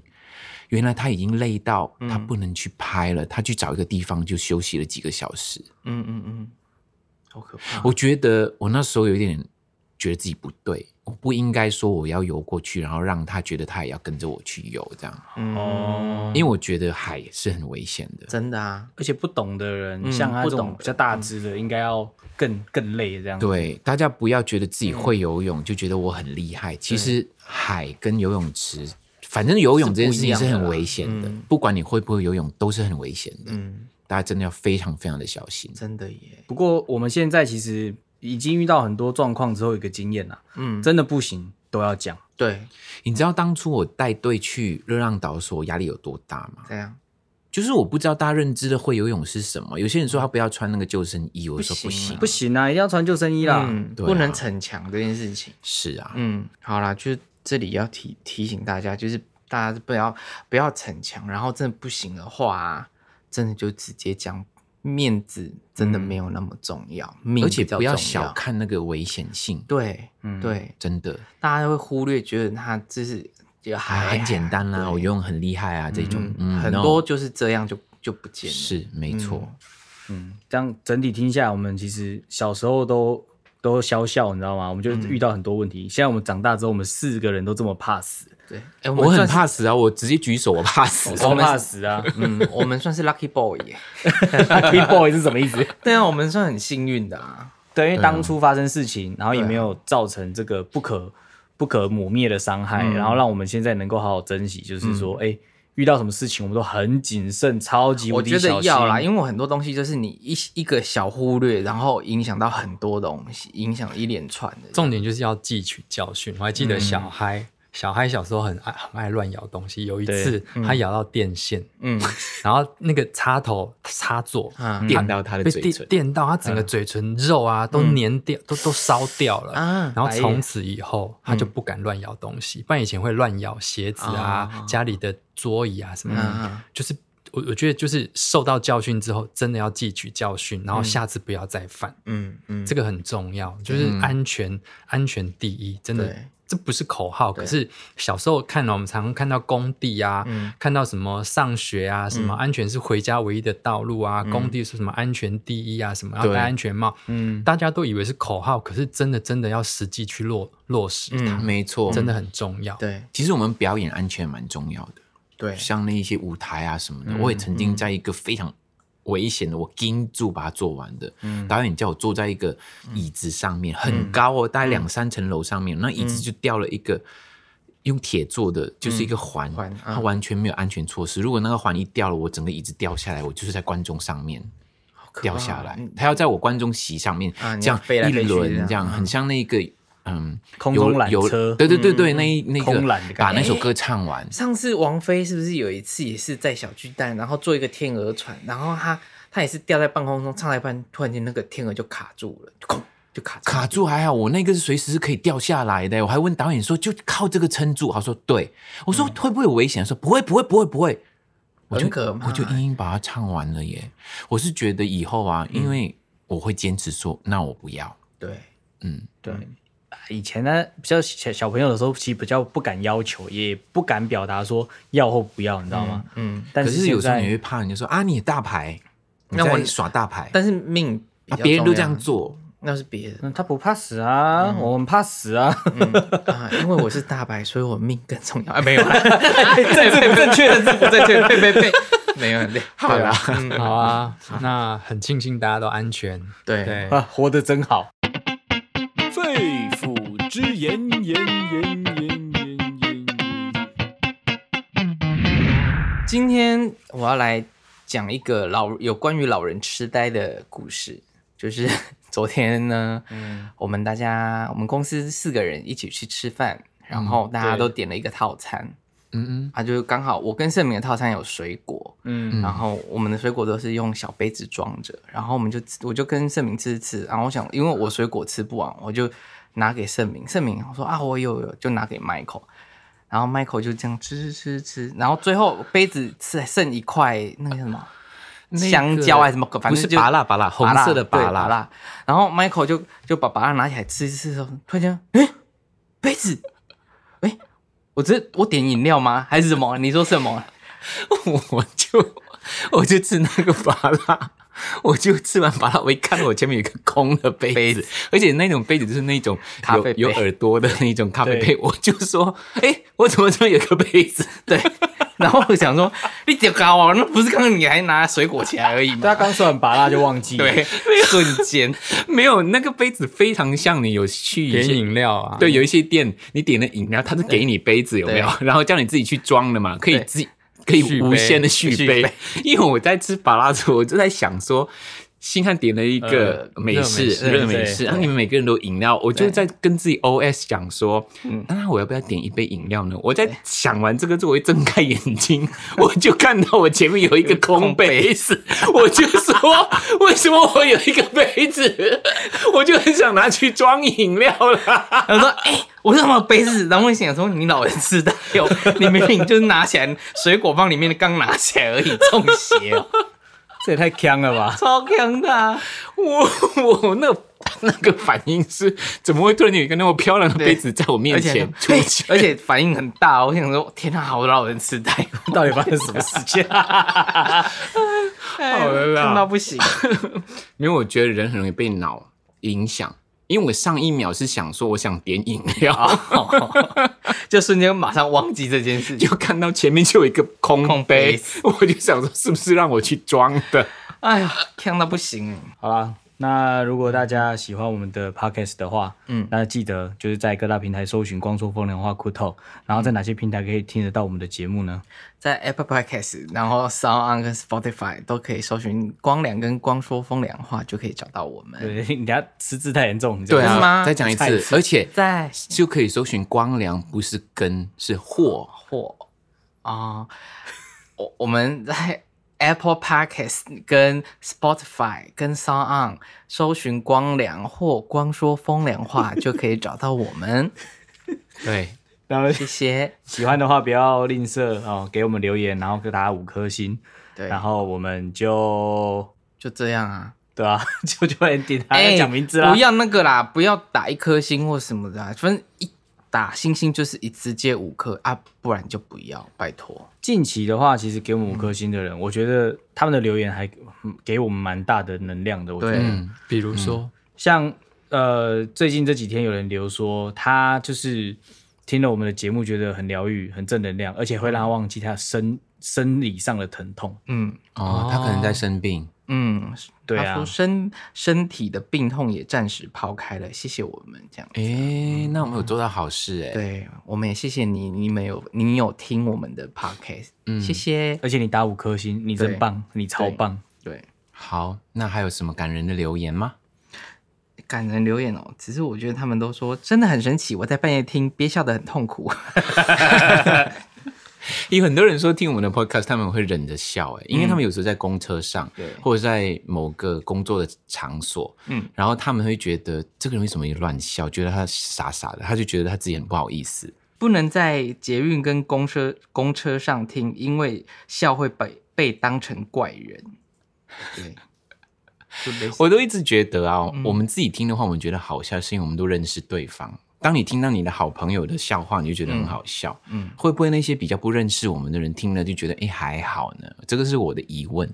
Speaker 2: 原来他已经累到他不能去拍了，他去找一个地方就休息了几个小时。
Speaker 4: 嗯嗯嗯，好可怕。哦
Speaker 2: 我觉得我那时候有一点觉得自己不对，我不应该说我要游过去，然后让他觉得他也要跟着我去游这样，
Speaker 4: 嗯，
Speaker 5: 哦，
Speaker 2: 因为我觉得海是很危险的。
Speaker 4: 真的啊，
Speaker 5: 而且不懂的人，
Speaker 4: 嗯
Speaker 5: 像他
Speaker 4: 不
Speaker 5: 这
Speaker 4: 懂
Speaker 5: 种
Speaker 4: 的嗯
Speaker 5: 比较大只的，应该要更更累这样。，
Speaker 2: 对，大家不要觉得
Speaker 4: 嗯
Speaker 2: 自己会游泳、就觉得我很厉害。其实海跟游泳池，反正游泳这件事情是很危险的，不管你会不会游泳，都是很危险的。
Speaker 4: 嗯，
Speaker 2: 大家真的要非常非常的小心。
Speaker 4: 真的耶，
Speaker 5: 不过我们现在其实已经遇到很多状况之后，有一个经验啦，
Speaker 4: 嗯，
Speaker 5: 真的不行都要讲。
Speaker 4: 对，
Speaker 2: 你知道当初我带队去热浪岛的时候，我压力有多大吗？
Speaker 4: 这样
Speaker 2: 就是我不知道大家认知的会游泳是什么。有些人说他不要穿那个救生衣，我说不
Speaker 4: 不行
Speaker 2: 行
Speaker 4: 啊。
Speaker 5: 不行啊，一定要穿救生衣啦。
Speaker 4: 嗯，
Speaker 2: 对啊
Speaker 4: 不能逞强这件事情。
Speaker 2: 是啊，
Speaker 4: 嗯，好啦，就是这里要提提醒大家，就是大家不要不要逞强，然后真的不行的话、啊真的就直接讲，面子真的没有那么重要，命
Speaker 2: 嗯而且
Speaker 4: 比较
Speaker 2: 不要
Speaker 4: 重
Speaker 2: 小看那个危险性，
Speaker 4: 对，
Speaker 5: 嗯
Speaker 4: 对，
Speaker 2: 真的
Speaker 4: 大家会忽略，觉得他就是也还
Speaker 2: 哎很简单啦、
Speaker 4: 嗯哎对
Speaker 2: 我游泳很厉害啊，这种、嗯
Speaker 4: 嗯，很
Speaker 2: no
Speaker 4: 多就是这样就就不见了，
Speaker 2: 是没错。
Speaker 5: 嗯，这样整体听下来，我们其实小时候都都笑笑，你知道吗？我们就遇到很多问题。现在我们长大之后，我们四个人都这么怕死，
Speaker 4: 对，哎，我
Speaker 2: 我
Speaker 4: 们
Speaker 2: 很
Speaker 4: 算是，
Speaker 2: 怕死啊！我直接举手，我怕死。
Speaker 5: 都怕死啊 (laughs)
Speaker 4: 嗯，我们算是 lucky boy
Speaker 2: (laughs)
Speaker 4: 耶，
Speaker 5: ！Happy boy 是什么意思？
Speaker 4: 对啊，我们算很幸运的啊，
Speaker 5: (laughs) 对，因为当初发生事情，然后也
Speaker 4: 对啊
Speaker 5: 没有造成这个不可不可磨灭的伤害，然后让我们现在能够好好珍惜。就是说，哎、遇到什么事情，我们都很谨慎，超级无
Speaker 4: 我
Speaker 5: 敌
Speaker 4: 觉
Speaker 5: 小
Speaker 4: 得
Speaker 5: 心
Speaker 4: 要啦，因为我很多东西就是你一一个小忽略，然后影响到很多东西，影响一连串的。
Speaker 3: 重点就是要汲取教训。我还记得小嗨，小嗨小时候很爱很爱乱咬东西，有一次他咬到电线，
Speaker 2: (laughs)
Speaker 4: 嗯
Speaker 3: 然后那个插头插座
Speaker 5: 嗯
Speaker 4: 啊
Speaker 2: 电到他的
Speaker 3: 被
Speaker 2: 嘴
Speaker 3: 电
Speaker 2: 唇，
Speaker 3: 电到，他整个嘴唇肉啊都粘掉，都都烧掉了。
Speaker 4: 啊，
Speaker 3: 然后从此以后，他就不敢乱咬东西。不然以前会乱咬鞋子啊
Speaker 4: 啊、
Speaker 3: 家里的桌椅啊什么
Speaker 4: 嗯
Speaker 3: 的
Speaker 4: 嗯。
Speaker 3: 就是我我觉得，就是受到教训之后，真的要汲取教训，然后下次不要再犯。
Speaker 4: 嗯嗯，
Speaker 3: 这个很重要，就是安全，安全第一，真的
Speaker 4: 对。
Speaker 3: 这不是口号，可是小时候看哦了，我们常常看到工地啊，
Speaker 4: 嗯
Speaker 3: 看到什么上学啊，什么安全是回家唯一的道路啊，工地是什么安全第一啊，什么要
Speaker 2: 对
Speaker 3: 戴安全帽，嗯，大家都以为是口号，可是真的真的要实际去落落实它，
Speaker 2: 没错，
Speaker 3: 真
Speaker 2: 的。
Speaker 3: 的很重要。
Speaker 4: 嗯对
Speaker 2: 其实我们表演安全蛮重要的，
Speaker 4: 对，嗯
Speaker 2: 像那一些舞台啊什么的，我也曾经在一个非常危险的，我盯住把它做完的。
Speaker 4: 嗯
Speaker 2: 导演叫我坐在一个椅子上面，很高哦，大概两三层楼
Speaker 4: 嗯
Speaker 2: 上面，那椅子就掉了一个。用铁做的，就是一个环，
Speaker 4: 环啊
Speaker 2: 它完全没有安全措施。如果那个环一掉了，我整个椅子掉下来，我就是在观众上面。掉
Speaker 4: 哦
Speaker 2: 下来，它要在我观众席上面
Speaker 4: 啊你
Speaker 2: 这样
Speaker 4: 要飞来
Speaker 2: 一
Speaker 4: 飞去这
Speaker 2: 轮
Speaker 4: 样
Speaker 2: 这样，很像那个嗯，
Speaker 5: 空
Speaker 2: 有
Speaker 5: 中缆
Speaker 2: 有
Speaker 5: 车
Speaker 2: 对对对对，那一那个
Speaker 5: 空缆的感觉
Speaker 2: 把那首歌唱完，
Speaker 4: 上次王菲是不是有一次也是在小巨蛋，然后做一个天鹅船，然后她她也是吊在半空中，唱到一半，突然间那个天鹅就卡住了，就空就卡住了
Speaker 2: 卡住还好，我那个是随时是可以掉下来的。我还问导演说，就靠这个撑住。他说对，我说会不会有危险？他说不会，不会，不会，不会。我就
Speaker 4: 很可怕欸
Speaker 2: 我就硬硬把它唱完了耶。我是觉得以后啊，因为我会坚持说，那我不要。
Speaker 4: 对，
Speaker 2: 嗯，
Speaker 5: 对，以前呢，比较小小朋友的时候，其实比较不敢要求，也不敢表达说要或不要，你知道吗？
Speaker 4: 嗯，
Speaker 5: 但
Speaker 2: 可是有时候
Speaker 5: 现在
Speaker 2: 你会怕，你就说啊，你也大牌，
Speaker 4: 那
Speaker 2: 那我
Speaker 4: 我
Speaker 2: 耍大牌，
Speaker 4: 但是命比
Speaker 2: 啊
Speaker 4: 较
Speaker 2: 别人都
Speaker 4: 重
Speaker 2: 这样
Speaker 4: 要，
Speaker 2: 做，
Speaker 4: 那是别人。
Speaker 5: 嗯，他不怕死啊，
Speaker 2: 嗯
Speaker 5: 我们怕死啊，
Speaker 4: 嗯啊，因为我是大白，所以我命更重要。啊、没有啦， (laughs) 这不正确的，这不正确，呸呸呸， (laughs) 没有，对
Speaker 2: 好啦，
Speaker 4: 对嗯
Speaker 3: 好啊，那很庆幸大家都安全。
Speaker 4: 对，
Speaker 3: 对，
Speaker 5: (laughs) 啊活得真好。
Speaker 1: 肺腑之言，言言言言言言。
Speaker 4: 今天我要来讲一个老有关于老人痴呆的故事，就是 (laughs) 昨天呢，我们大家我们公司四个人一起去吃饭，然后大家
Speaker 5: 对
Speaker 4: 都点了一个套餐，
Speaker 2: 嗯嗯
Speaker 4: 啊，就是刚好我跟盛明的套餐有水果，
Speaker 5: 嗯，
Speaker 4: 然后我们的水果都是用小杯子装着，然后我们就吃我就跟盛明吃吃，然后我想因为我水果吃不完，我就拿给盛明，盛明我说啊我有有，就拿给 Michael，然后 Michael 就这样吃吃吃吃，然后最后杯子吃剩一块那个叫什么、
Speaker 2: 那个
Speaker 4: 香蕉还是什么，反
Speaker 2: 不
Speaker 4: 正
Speaker 2: 是
Speaker 4: 就
Speaker 2: 拔蜡拔蜡，红色的
Speaker 4: 对
Speaker 2: 拔蜡，
Speaker 4: 蜡，然后 Michael 就就把拔蜡拿起来吃吃的时候，突然间哎杯子哎我这我点饮料吗还是什么？你说什么？
Speaker 2: (laughs) 我就我就吃那个芭拉，我就吃完芭拉，我一看我前面有一个空的杯子，
Speaker 4: 杯子
Speaker 2: 而且那种杯子就是那种
Speaker 4: 咖啡杯
Speaker 2: 有有耳朵的那种咖啡杯
Speaker 5: 对，
Speaker 2: 我就说，哎、我怎么这边有个杯子？
Speaker 4: 对，然后我想说，你屌高啊，那不是刚刚你还拿水果起来而已
Speaker 5: 大
Speaker 4: 吗
Speaker 5: 家？刚说完拔蜡就忘记， (laughs)
Speaker 4: 对，
Speaker 2: (laughs)
Speaker 4: 瞬间，
Speaker 2: 没有，那个杯子非常像你有去一
Speaker 3: 点
Speaker 2: 些。
Speaker 3: 饮料啊，
Speaker 2: 对，有一些店你点了饮料，他是给你杯子，有没有？ (laughs) 然后叫你自己去装的嘛，可以
Speaker 4: 对
Speaker 2: 自己可以
Speaker 3: 续杯
Speaker 2: 无限的续
Speaker 4: 续
Speaker 2: 杯
Speaker 4: 杯。
Speaker 2: (laughs) 因为我在吃巴拉的时候，我就在想说，星汉点了一个
Speaker 3: 呃
Speaker 2: 美式
Speaker 3: 热
Speaker 2: 热
Speaker 3: 美式
Speaker 2: 美式，啊然后你们每个人都有饮料，我就
Speaker 4: 对
Speaker 2: 在跟自己 OS 讲说，那我要不要点一杯饮料呢？我在想完这个之后，我一睁开眼睛， (laughs) 我就看到我前面有一个空杯子， (laughs) 我就说，为什么我有一个杯子？ (laughs) 我就很想拿去装饮料啦。
Speaker 4: 他说：“哎、我怎么杯子？”然后我想说：“你老人痴呆哦，你明明就是拿起来水果放里面的，刚拿起来而已，中邪哦，！
Speaker 5: 这也太坑了吧 (laughs)
Speaker 4: 超强的、啊。
Speaker 2: 我我 (laughs) 那那个反应是，怎么会突然有一个那么漂亮的杯子在我面
Speaker 4: 而且
Speaker 2: 前出现？
Speaker 4: 而且反应很大，哦我想说：“天哪、好老人痴呆哦，
Speaker 5: 到底发生什么事情？ (laughs)
Speaker 4: 好
Speaker 2: 了啦
Speaker 4: 哎看到不行。
Speaker 2: 因为我觉得人很容易被脑影响，因为我上一秒是想说我想点饮料，
Speaker 4: (laughs) 就瞬间马上忘记这件事情
Speaker 2: 就。看到前面就有一个空
Speaker 4: 空杯
Speaker 2: 杯， (laughs) 我就想说是不是让我去装的？
Speaker 4: 哎呀，看到不行，
Speaker 5: 好啦，那如果大家喜欢我们的 podcast 的话，嗯，那记得就是在各大平台搜寻“光说风凉话 c o o t 然
Speaker 2: 嗯
Speaker 5: 后在哪些平台可以听得到我们的节目呢？ (laughs)
Speaker 4: 在 Apple Podcast，然后 Sound On 跟 Spotify 都可以搜寻“光良”跟“光说风凉话”，就可以找到我们。
Speaker 5: 对，你等下失字太严重，你知道
Speaker 2: 对
Speaker 5: 吗
Speaker 4: 是吗
Speaker 2: 啊，再讲一
Speaker 5: 再一
Speaker 2: 次，
Speaker 5: 次
Speaker 2: 而且
Speaker 4: 在
Speaker 2: 就可以搜寻光良，不是根是货。
Speaker 4: 或啊，我我们在 (laughs) Apple Podcast 跟 Spotify 跟 Sound On 搜寻“光良”或“光说风凉
Speaker 5: (laughs)
Speaker 4: 话”，就可以找到我们。
Speaker 2: 对，
Speaker 5: 然后 (laughs)
Speaker 4: 谢谢。
Speaker 5: 喜欢的话不要吝啬哦，给我们留言，然后给大家五颗星，
Speaker 4: 对，
Speaker 5: 然后我们就
Speaker 4: 就这样啊。哎
Speaker 5: 对啊， (laughs) 就就 ending，还哎要讲名字啦
Speaker 4: 不。要那个啦，不要打一颗星或什么的、啊，反正一打星星就是一直接五颗啊，不然就不要，拜托。
Speaker 5: 近期的话，其实给我们五颗星的人，我觉得他们的留言还嗯给我们蛮大的能量的。我觉得
Speaker 4: 对
Speaker 2: 嗯，
Speaker 3: 比如说，
Speaker 5: 像呃，最近这几天有人留说，他就是听了我们的节目，觉得很疗愈、很正能量，而且会让他忘记他生生理上的疼痛。
Speaker 4: 嗯
Speaker 2: 哦，他可能在生病。
Speaker 4: 嗯，
Speaker 5: 对
Speaker 4: 他
Speaker 5: 啊
Speaker 4: 说，身身体的病痛也暂时抛开了，谢谢我们这样。
Speaker 2: 诶，那我们有做到好事诶。
Speaker 4: 对，我们也谢谢你，你们有你有嗯听我们的 podcast，、谢谢。
Speaker 5: 而且你打五颗星，你真棒，你超棒。
Speaker 4: 对，
Speaker 2: 好，那还有什么感人的留言吗？
Speaker 4: 感人留言哦，只是我觉得他们都说真的很神奇，我在半夜听憋笑的很痛 (laughs) 苦。
Speaker 2: 有很多人说听我们的 podcast 他们会忍着笑，哎，因为他们有时候在公车上，
Speaker 4: 对
Speaker 2: 或者在某个工作的场所，
Speaker 4: 嗯
Speaker 2: 嗯，然后他们会觉得这个人为什么也乱笑，觉得他傻傻的，他就觉得他自己很不好意思。
Speaker 4: 不能在捷运跟公车公车上听，因为笑会被被当成怪人。对， (laughs) 就类似
Speaker 2: 我都一直觉得啊，
Speaker 4: 嗯
Speaker 2: 我们自己听的话，我们觉得好笑，是因为我们都认识对方。当你听到你的好朋友的笑话，你就觉得很好笑。
Speaker 4: 嗯
Speaker 2: 嗯，会不会那些比较不认识我们的人听了就觉得，哎，还好呢？这个是我的疑问。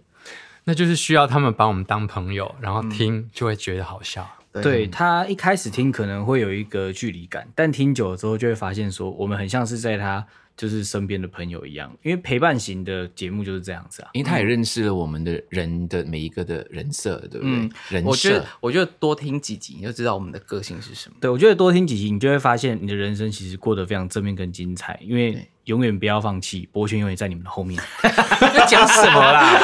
Speaker 3: 那就是需要他们把我们当朋友，然后听就会觉得好笑。
Speaker 5: 对他一开始听可能会有一个距离感，但听久了之后就会发现说，我们很像是在他就是身边的朋友一样，因为陪伴型的节目就是这样子啊。
Speaker 2: 因为
Speaker 4: 嗯
Speaker 2: 他也认识了我们的人的每一个的人设，对不对？
Speaker 4: 嗯
Speaker 2: 人
Speaker 4: 我觉
Speaker 2: 设
Speaker 4: 得，我觉得多听几集你就知道我们的个性是什么。
Speaker 5: 对，我觉得多听几集，你就会发现你的人生其实过得非常正面跟精彩，因为永远不要放弃，博轩永远在你们的后面。
Speaker 4: 讲什么啦？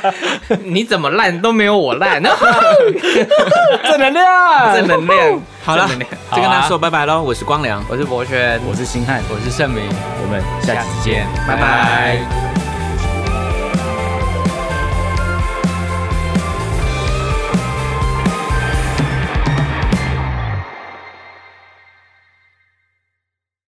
Speaker 5: (laughs)
Speaker 4: 你怎么烂都没有我烂，
Speaker 5: 正能量，
Speaker 4: 正能量。
Speaker 2: 好啊了，
Speaker 4: 正能量
Speaker 2: 就跟大家说拜拜喽！我是光良。
Speaker 4: 我是博轩，
Speaker 5: 我是星汉，
Speaker 3: 我是盛明，
Speaker 5: 我们下期见，
Speaker 4: 拜拜。